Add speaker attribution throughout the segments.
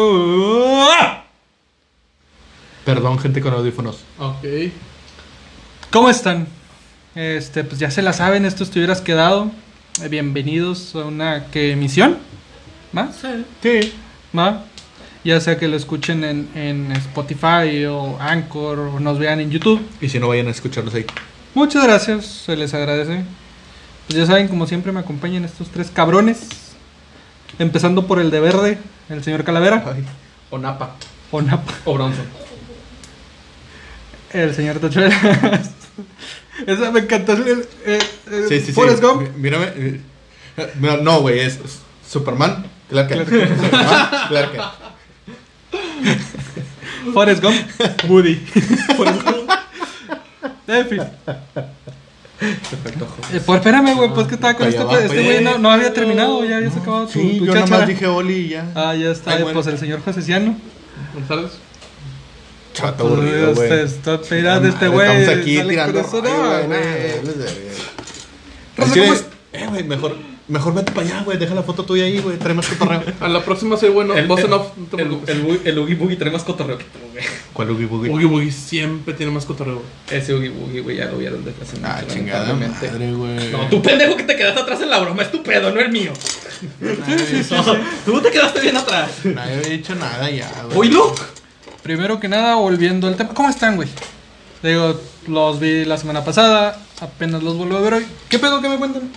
Speaker 1: ¿Cómo
Speaker 2: Perdón, gente con audífonos. Ok.
Speaker 1: están? Este, pues ya se la saben, esto te hubieras quedado. Eh, Bienvenidos a una que emisión. ¿Va?
Speaker 2: Sí.
Speaker 1: ¿Va? Ya sea que lo escuchen en, en Spotify o Anchor o nos vean en YouTube.
Speaker 2: Y si no vayan a escucharlos ahí.
Speaker 1: Muchas gracias, se les agradece. Pues ya saben, como siempre me acompañan estos tres cabrones. Empezando por el de verde, el señor Calavera.
Speaker 2: O Napa.
Speaker 1: O Napa.
Speaker 2: O Bronson.
Speaker 1: El señor Tachuelas. Esa me encantó. El, el- el-
Speaker 2: Sí, sí, sí.
Speaker 1: Forrest Gump.
Speaker 2: M- Mírame. eh, mira, no, güey, es S- Superman. Clark Kent.
Speaker 1: Clark Kent.
Speaker 2: Superman, Clark Kent.
Speaker 1: Forrest Gump. Woody. Forrest Gump. En fin.
Speaker 2: Perfecto. joder.
Speaker 1: Eh, pues espérame, güey. Pues que estaba con
Speaker 2: Para
Speaker 1: este
Speaker 2: allá va,
Speaker 1: güey. Este
Speaker 2: para
Speaker 1: güey
Speaker 2: allá.
Speaker 1: no, no había terminado. Ya habías
Speaker 2: No,
Speaker 1: acabado tu,
Speaker 2: Sí,
Speaker 1: tu
Speaker 2: yo nada
Speaker 1: cháchara.
Speaker 2: más dije Oli y ya.
Speaker 1: Ah, ya está.
Speaker 2: Ay,
Speaker 1: eh,
Speaker 2: bueno.
Speaker 1: pues el señor Joseciano.
Speaker 3: Buenas tardes.
Speaker 2: Chato aburrido, güey.
Speaker 1: Este, está tirando este
Speaker 2: Madre,
Speaker 1: güey. Ah,
Speaker 2: Estamos aquí
Speaker 1: sale
Speaker 2: tirando.
Speaker 1: con eso,
Speaker 2: rollo,
Speaker 1: no,
Speaker 2: güey,
Speaker 1: güey.
Speaker 2: nada, no sé, güey.
Speaker 1: Raza,
Speaker 2: Al chile,
Speaker 1: ¿cómo es?
Speaker 2: Eh, güey, mejor, mejor vete para allá, güey. Deja la foto tuya ahí, güey. Trae más cotorreo.
Speaker 3: A la próxima soy bueno.
Speaker 4: El-
Speaker 3: Vos
Speaker 4: el-
Speaker 3: en off, no te
Speaker 4: El,
Speaker 3: preocupes.
Speaker 4: el, bu- el Oogie Boogie trae más cotorreo que tú, güey.
Speaker 2: ¿Cuál Ugi Bugi?
Speaker 3: Boogie Boogie siempre tiene más cotorreo. güey.
Speaker 4: Ese Oogie Boogie, güey, ya lo vieron desde hace
Speaker 2: Ah,
Speaker 4: mucho,
Speaker 2: chingada
Speaker 4: lamentablemente.
Speaker 2: madre, güey.
Speaker 4: No, tú pendejo que te quedaste atrás en la broma, es tu pedo, no el mío.
Speaker 1: Sí, sí, sí.
Speaker 4: No, tú te quedaste bien atrás.
Speaker 2: Nadie había dicho nada ya, güey.
Speaker 4: Oílo.
Speaker 1: Primero que nada, volviendo al tema. ¿Cómo están, güey? Digo, los vi la semana pasada, apenas los vuelvo a ver hoy. ¿Qué pedo que me cuentan?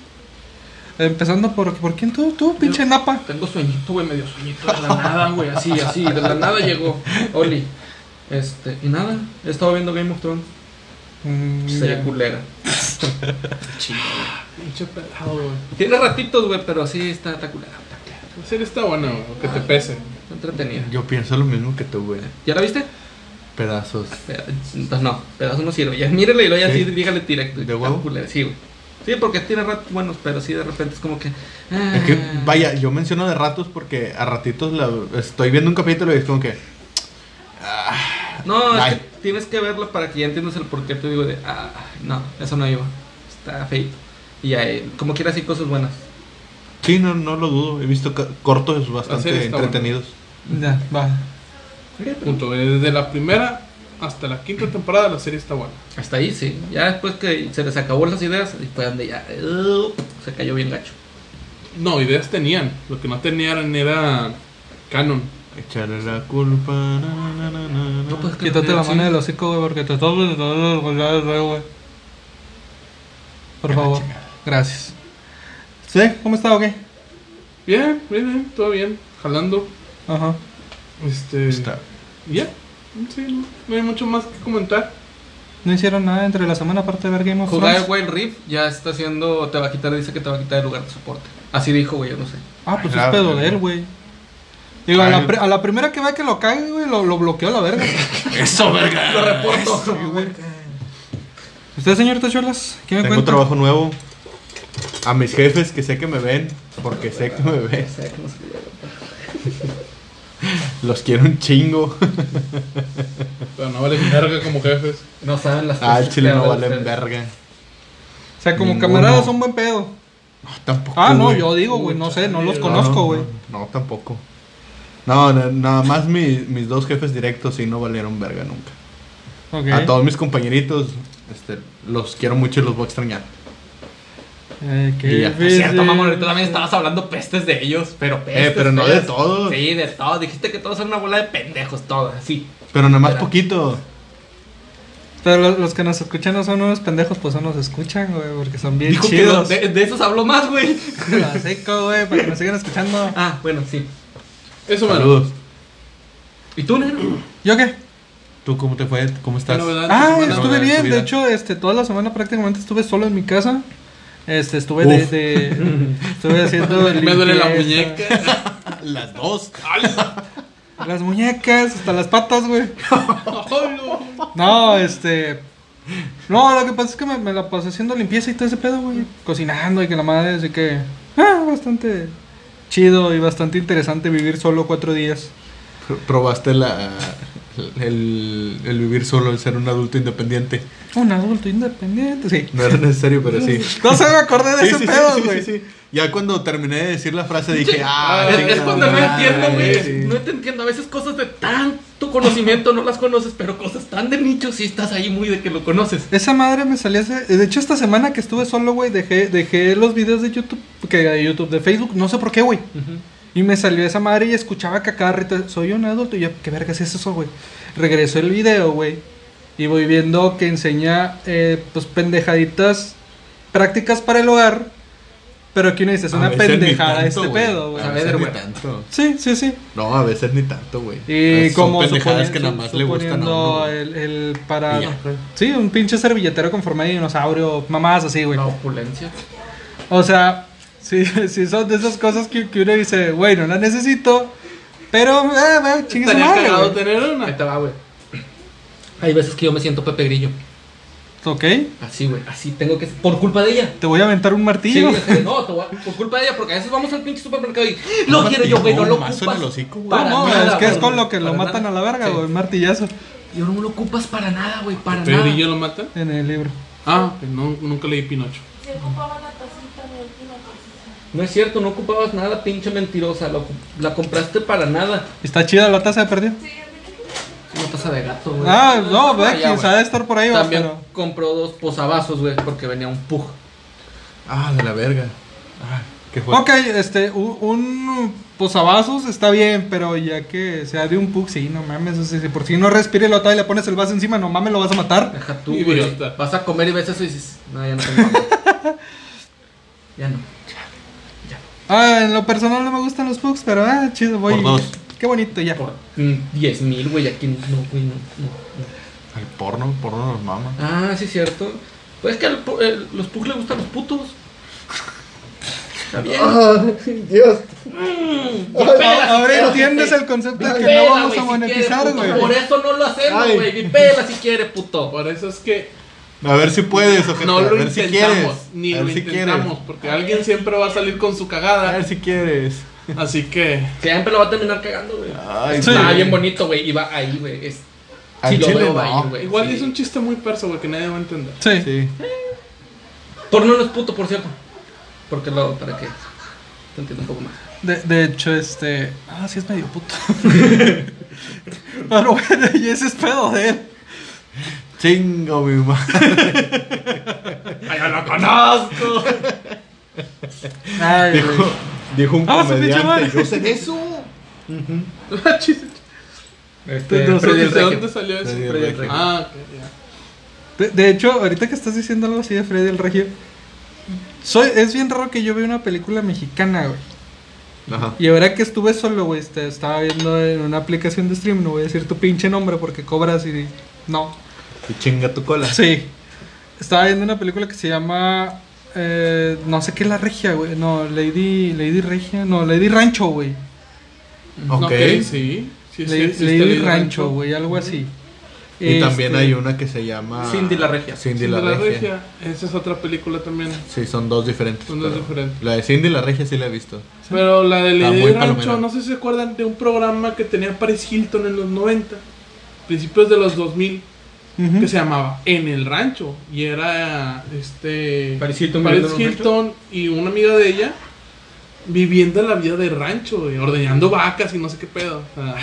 Speaker 1: Empezando por, ¿por quién tú? Tú, pinche napa.
Speaker 3: Tengo sueñito, güey, medio sueñito. De la nada, güey. Así, así. De la nada llegó Oli. Este, y nada. He estado viendo Game of Thrones.
Speaker 1: Mm,
Speaker 4: Sería
Speaker 1: ya.
Speaker 4: culera.
Speaker 3: Pinche pelado, güey.
Speaker 4: Tiene ratitos, güey, pero sí está, está culera. está culera.
Speaker 3: La serie está buena, güey. Que te pese.
Speaker 4: Está Entretenida.
Speaker 2: Yo pienso lo mismo que tú, güey.
Speaker 4: ¿Ya la viste?
Speaker 2: Pedazos.
Speaker 4: Peda- Entonces no, pedazo no sirve. Ya mírela y lo ya así,
Speaker 2: ¿Sí?
Speaker 4: dígale directo.
Speaker 2: ¿De
Speaker 4: Está
Speaker 2: huevo?
Speaker 4: culera, Sí, güey. Sí, porque tiene ratos buenos, pero sí de repente es como que. ah.
Speaker 2: Es que, vaya, yo menciono de ratos porque a ratitos la, estoy viendo un capítulo y es como que.
Speaker 4: No, es
Speaker 2: Ay.
Speaker 4: que tienes que verlo para que ya entiendas el porqué. Te digo de, ah, no, eso no iba. Está feito. Y ya, eh, como quieras, hay cosas buenas.
Speaker 2: Sí, no, no lo dudo. He visto ca- cortos bastante
Speaker 3: serie está
Speaker 2: entretenidos.
Speaker 1: Ya, va.
Speaker 3: Punto, güey. Desde la primera hasta la quinta temporada la serie está buena.
Speaker 4: Hasta ahí, sí. Ya después que se les acabó las ideas, y fue donde ya eh, se cayó bien gacho.
Speaker 3: No, ideas tenían. Lo que no tenían era canon.
Speaker 2: Echarle la culpa. na, na, na, na, na.
Speaker 4: No, pues que
Speaker 1: Quítate
Speaker 4: no,
Speaker 1: la
Speaker 4: sí.
Speaker 1: mano del hocico, güey, porque te todo te todo güey. Por favor. Gracias. ¿Sí? ¿Cómo está o qué?
Speaker 3: Bien, bien, bien. Todo bien. Jalando.
Speaker 1: Ajá.
Speaker 3: Este.
Speaker 2: Está.
Speaker 3: Ya. Sí, no, no hay mucho más que comentar.
Speaker 1: No hicieron nada entre la semana aparte de ver Game of
Speaker 4: Jugar
Speaker 1: Thrones.
Speaker 4: Wild Rift ya está haciendo. Te va a quitar, dice que te va a quitar el lugar de soporte. Así dijo, güey, yo no sé.
Speaker 1: Ah, pues
Speaker 2: Claro,
Speaker 1: es pedo
Speaker 2: güey.
Speaker 1: de él, güey. Digo, a la,
Speaker 2: Ay.
Speaker 1: pri- a la primera que vea que lo cae, güey, lo, lo bloqueó a la verga.
Speaker 2: Eso, verga.
Speaker 4: Lo reporto.
Speaker 1: ¿Usted, señor Tachuelas? ¿Qué me
Speaker 2: Tengo
Speaker 1: cuenta?
Speaker 2: trabajo nuevo. A mis jefes que sé que me ven, porque sé que me ven.
Speaker 4: O sea, ¿cómo se llama?
Speaker 2: Los quiero un chingo.
Speaker 3: Pero no vale verga como jefes.
Speaker 4: No saben las
Speaker 2: Ah, el
Speaker 4: cosas
Speaker 2: chile
Speaker 4: que
Speaker 2: no
Speaker 4: hablan
Speaker 2: valen
Speaker 4: ustedes.
Speaker 2: verga.
Speaker 1: O sea, como
Speaker 2: Ninguno.
Speaker 1: camaradas son buen pedo.
Speaker 2: No, tampoco.
Speaker 1: Ah, no,
Speaker 2: güey.
Speaker 1: yo digo, güey, no sé, no los conozco, güey.
Speaker 2: No, no, tampoco. No, na- nada más mi- mis dos jefes directos sí no valieron verga nunca.
Speaker 1: Ok.
Speaker 2: A todos mis compañeritos, este, los quiero mucho y los voy a extrañar.
Speaker 1: Eh, qué
Speaker 2: Y ya.
Speaker 4: Es cierto,
Speaker 1: difícil.
Speaker 4: mamón, ahorita también estabas hablando pestes de ellos, pero pestes.
Speaker 2: Eh, pero no de
Speaker 4: ellos.
Speaker 2: todos.
Speaker 4: Sí, de todos. Dijiste que todos son una bola de pendejos, todos, así.
Speaker 2: Pero nada más
Speaker 4: Era.
Speaker 2: poquito.
Speaker 1: Pero los, los que nos escuchan no son unos pendejos, pues no nos escuchan, güey, porque son bien
Speaker 4: Dijo que
Speaker 1: chidos.
Speaker 4: no- de, de esos habló más, güey.
Speaker 1: La seco, güey, para que nos sigan escuchando.
Speaker 4: Ah, bueno, sí.
Speaker 3: Eso, me
Speaker 2: Saludos.
Speaker 4: ¿Y tú, negro?
Speaker 1: ¿Yo qué?
Speaker 2: ¿Tú cómo te fue? ¿Cómo estás?
Speaker 1: Ah,
Speaker 2: semana,
Speaker 1: estuve
Speaker 2: novedad en tu
Speaker 1: bien. De
Speaker 2: vida.
Speaker 1: hecho, este, toda la semana prácticamente estuve solo en mi casa. Este, estuve de,
Speaker 2: Uf.
Speaker 1: de- estuve haciendo.
Speaker 3: Me duele la
Speaker 1: limpieza.
Speaker 3: muñeca.
Speaker 2: Las dos.
Speaker 1: Las muñecas, hasta las patas, güey.
Speaker 3: Ay, no.
Speaker 1: No, este. No, lo que pasa es que me, me la pasé haciendo limpieza y todo ese pedo, güey. Cocinando y que la madre, así que. Ah, bastante chido y bastante interesante vivir solo cuatro días.
Speaker 2: Probaste la, el, el vivir solo, el ser un adulto independiente.
Speaker 1: Un adulto independiente, sí.
Speaker 2: No era necesario, pero sí.
Speaker 1: No se me acordé de
Speaker 2: Sí,
Speaker 1: ese
Speaker 2: sí, sí,
Speaker 1: pedo,
Speaker 2: sí, sí,
Speaker 1: güey.
Speaker 2: sí, sí. Ya cuando terminé de decir la frase dije, ah,
Speaker 4: Es- es,
Speaker 2: chingada
Speaker 4: cuando no
Speaker 2: madre,
Speaker 4: entiendo, güey.
Speaker 2: sí.
Speaker 4: No te entiendo. A veces cosas de tanto conocimiento no las conoces, pero cosas tan de nicho sí estás ahí muy de que lo conoces.
Speaker 1: Esa madre me salía hace... De hecho, esta semana que estuve solo, güey, dejé, dejé los videos de YouTube, que de YouTube, de Facebook, no sé por qué, güey. Y me salió esa madre y escuchaba que a cada rato, soy un adulto. Y yo, ¿qué vergas es eso, güey? Regresó el video, güey. Y voy viendo que enseña, eh, pues, pendejaditas prácticas para el hogar. Pero que uno dice, es
Speaker 2: A
Speaker 1: una
Speaker 2: veces ni
Speaker 1: pendejada
Speaker 2: tanto,
Speaker 1: este
Speaker 2: güey.
Speaker 1: pedo, güey.
Speaker 2: A veces ni tanto.
Speaker 1: Sí, sí, sí.
Speaker 2: No, a veces ni tanto, güey. A
Speaker 1: Y
Speaker 2: veces Ah, son
Speaker 1: como
Speaker 2: pendejadas
Speaker 1: supone-
Speaker 2: que nada más le gustan a
Speaker 1: suponiendo
Speaker 2: uno. güey.
Speaker 1: el, el para...
Speaker 2: Y ya.
Speaker 1: Sí, un pinche servilletero con forma de dinosaurio, mamadas así, güey.
Speaker 4: La opulencia.
Speaker 1: O sea, sí, sí son de esas cosas que, que uno dice, güey, no la necesito, pero, eh, eh, chingue su
Speaker 4: Estaría
Speaker 1: madre,
Speaker 4: cagado
Speaker 1: güey.
Speaker 4: tener una. Ahí te va, güey. Hay veces que yo me siento Pepe Grillo.
Speaker 1: Ok,
Speaker 4: Así, güey. Así tengo que. Por culpa de ella.
Speaker 1: te voy a aventar un
Speaker 4: Sí,
Speaker 1: martillo.
Speaker 4: güey, no, te voy a- por culpa de ella, porque a veces vamos al pinche supermercado y lo
Speaker 2: Un
Speaker 4: quiero yo, güey,
Speaker 2: martillo,
Speaker 4: no lo
Speaker 2: un mazo
Speaker 4: ocupas.
Speaker 2: en "Oh, el hocico, güey.
Speaker 4: para
Speaker 1: no,
Speaker 4: nada,
Speaker 1: es que es
Speaker 4: güey,
Speaker 1: con lo que lo
Speaker 4: para
Speaker 1: matan
Speaker 4: nada.
Speaker 1: a la verga,
Speaker 4: Sí.
Speaker 1: güey, martillazo
Speaker 4: Y no lo ocupas para nada, güey, para
Speaker 3: ¿Pero
Speaker 4: nada.
Speaker 3: Grillo lo mata?
Speaker 1: en el libro.
Speaker 3: Ah, pues no, nunca leí Pinocho.
Speaker 5: Se ocupaba la tacita, mi última tacita.
Speaker 4: No es cierto, no ocupabas nada, pinche mentirosa. La, ocu- la compraste para nada.
Speaker 1: Está chida la taza de perdido.
Speaker 5: Sí, a mí me
Speaker 4: Una taza de gato, güey.
Speaker 1: Ah, no,
Speaker 4: Ah,
Speaker 1: ve,
Speaker 4: ya,
Speaker 1: quizá
Speaker 4: güey.
Speaker 1: de estar por ahí, va,
Speaker 4: También
Speaker 1: pero...
Speaker 4: compró dos posavasos, güey, porque venía un pug.
Speaker 2: Ah, de la verga. Ah, ¿Qué fue?
Speaker 1: Ok, este, un, un posavasos está bien, pero ya que sea de un pug, sí, no mames, o sea, si por si no respire lo otra y le pones el vaso encima, no mames, lo vas a matar.
Speaker 4: Deja tú,
Speaker 3: Y
Speaker 4: güey.
Speaker 3: idiota.
Speaker 4: Vas a comer y ves eso y dices, no, ya no tengo hambre". Ya no.
Speaker 1: Ah, en lo personal no me gustan los pugs, pero ah, chido, voy.
Speaker 2: Por dos.
Speaker 1: Qué bonito ya.
Speaker 4: Por mm, 10 mil, güey, aquí no, güey, no, no, no.
Speaker 2: El porno, el porno nos mama.
Speaker 4: Ah, sí, cierto. Pues es que al pu- eh, los pugs le gustan los putos. Está bien.
Speaker 1: Ah,
Speaker 6: Dios.
Speaker 4: Mm,
Speaker 6: Ay,
Speaker 4: vipélas,
Speaker 1: Ahora
Speaker 4: vipélas,
Speaker 1: entiendes
Speaker 4: gente.
Speaker 1: el concepto de que
Speaker 4: Vipela,
Speaker 1: no vamos
Speaker 4: güey,
Speaker 1: a
Speaker 4: si quiere,
Speaker 1: monetizar,
Speaker 4: puto.
Speaker 1: güey.
Speaker 4: Por eso no lo hacemos,
Speaker 2: Ay.
Speaker 4: güey. Vipela si quiere, puto.
Speaker 3: Por eso es que
Speaker 2: A ver si puedes, ojete.
Speaker 3: no
Speaker 2: a
Speaker 3: lo
Speaker 2: ver si quieres.
Speaker 3: intentamos, ni
Speaker 2: a ver
Speaker 3: lo
Speaker 2: si
Speaker 3: intentamos, porque alguien siempre va a salir con su
Speaker 2: quieres. A
Speaker 3: cagada.
Speaker 2: ver si quieres.
Speaker 3: Así que
Speaker 4: Siempre lo va a terminar cagando, güey.
Speaker 2: Ay,
Speaker 1: Sí.
Speaker 4: Está
Speaker 2: güey.
Speaker 4: bien bonito, güey. Y va ahí, güey. Es...
Speaker 2: Al
Speaker 4: Si lo
Speaker 2: chile,
Speaker 4: veo, va a
Speaker 2: no.
Speaker 4: ir, güey.
Speaker 3: igual
Speaker 4: sí.
Speaker 3: es un chiste muy perso, güey, que nadie va a entender.
Speaker 1: Sí.
Speaker 2: Sí.
Speaker 4: Porno no es puto, por cierto. Porque lo, para que te entienda un poco más.
Speaker 1: De, de hecho, este. Ah, sí es medio puto. pero bueno, y ese es pedo de él.
Speaker 2: Chingo, mi madre.
Speaker 4: ¡Ay, ya lo conozco!
Speaker 1: Ay,
Speaker 2: Dijo,
Speaker 1: güey.
Speaker 2: dijo un
Speaker 1: Ah, su pinche madre.
Speaker 2: comediante. Yo sé de eso.
Speaker 4: Este,
Speaker 1: No sé
Speaker 4: Freddy
Speaker 3: ¿De
Speaker 4: el Regio.
Speaker 3: dónde salió eso?
Speaker 2: Freddy el
Speaker 3: Freddy el
Speaker 2: Regio.
Speaker 3: Regio. Ah, ok, ya.
Speaker 1: De, de hecho, ahorita que estás diciendo algo así de Freddy el Regio. Soy, es bien raro que yo vea una película mexicana, güey.
Speaker 2: Ajá.
Speaker 1: Y ahora que estuve solo, güey, este, estaba viendo en una aplicación de stream, no voy a decir tu pinche nombre porque cobras y. No.
Speaker 2: Y chinga tu cola.
Speaker 1: Sí. Estaba viendo una película que se llama. eh, no sé qué es la regia, güey. No, Lady, Lady Regia. No, Lady Rancho, güey.
Speaker 2: Ok.
Speaker 3: Ok, sí. sí, sí,
Speaker 1: Lady,
Speaker 3: existe
Speaker 1: Lady
Speaker 3: Lady
Speaker 1: Rancho, güey, algo así.
Speaker 2: Y también
Speaker 1: Este,
Speaker 2: hay una que se llama.
Speaker 4: Cindy la Regia.
Speaker 2: Cindy
Speaker 3: Cindy
Speaker 2: la,
Speaker 3: la
Speaker 2: Regia.
Speaker 3: Regia. Esa es otra película también.
Speaker 2: Sí, son dos diferentes.
Speaker 3: Son dos
Speaker 2: pero-
Speaker 3: diferentes.
Speaker 2: La de Cindy la Regia sí la he visto.
Speaker 3: Pero la de
Speaker 2: Está
Speaker 3: Lady
Speaker 2: muy
Speaker 3: Rancho,
Speaker 2: palomera.
Speaker 3: no sé si se acuerdan de un programa que tenía Paris Hilton en los 90, principios de los 2000,
Speaker 1: ujú.
Speaker 3: que se llamaba En el Rancho. Y era este.
Speaker 4: Paris Hilton
Speaker 3: Paris
Speaker 4: viviendo en un
Speaker 3: Hilton y una amiga de ella viviendo la vida de rancho, güey, ordeñando vacas y no sé qué pedo. o sea,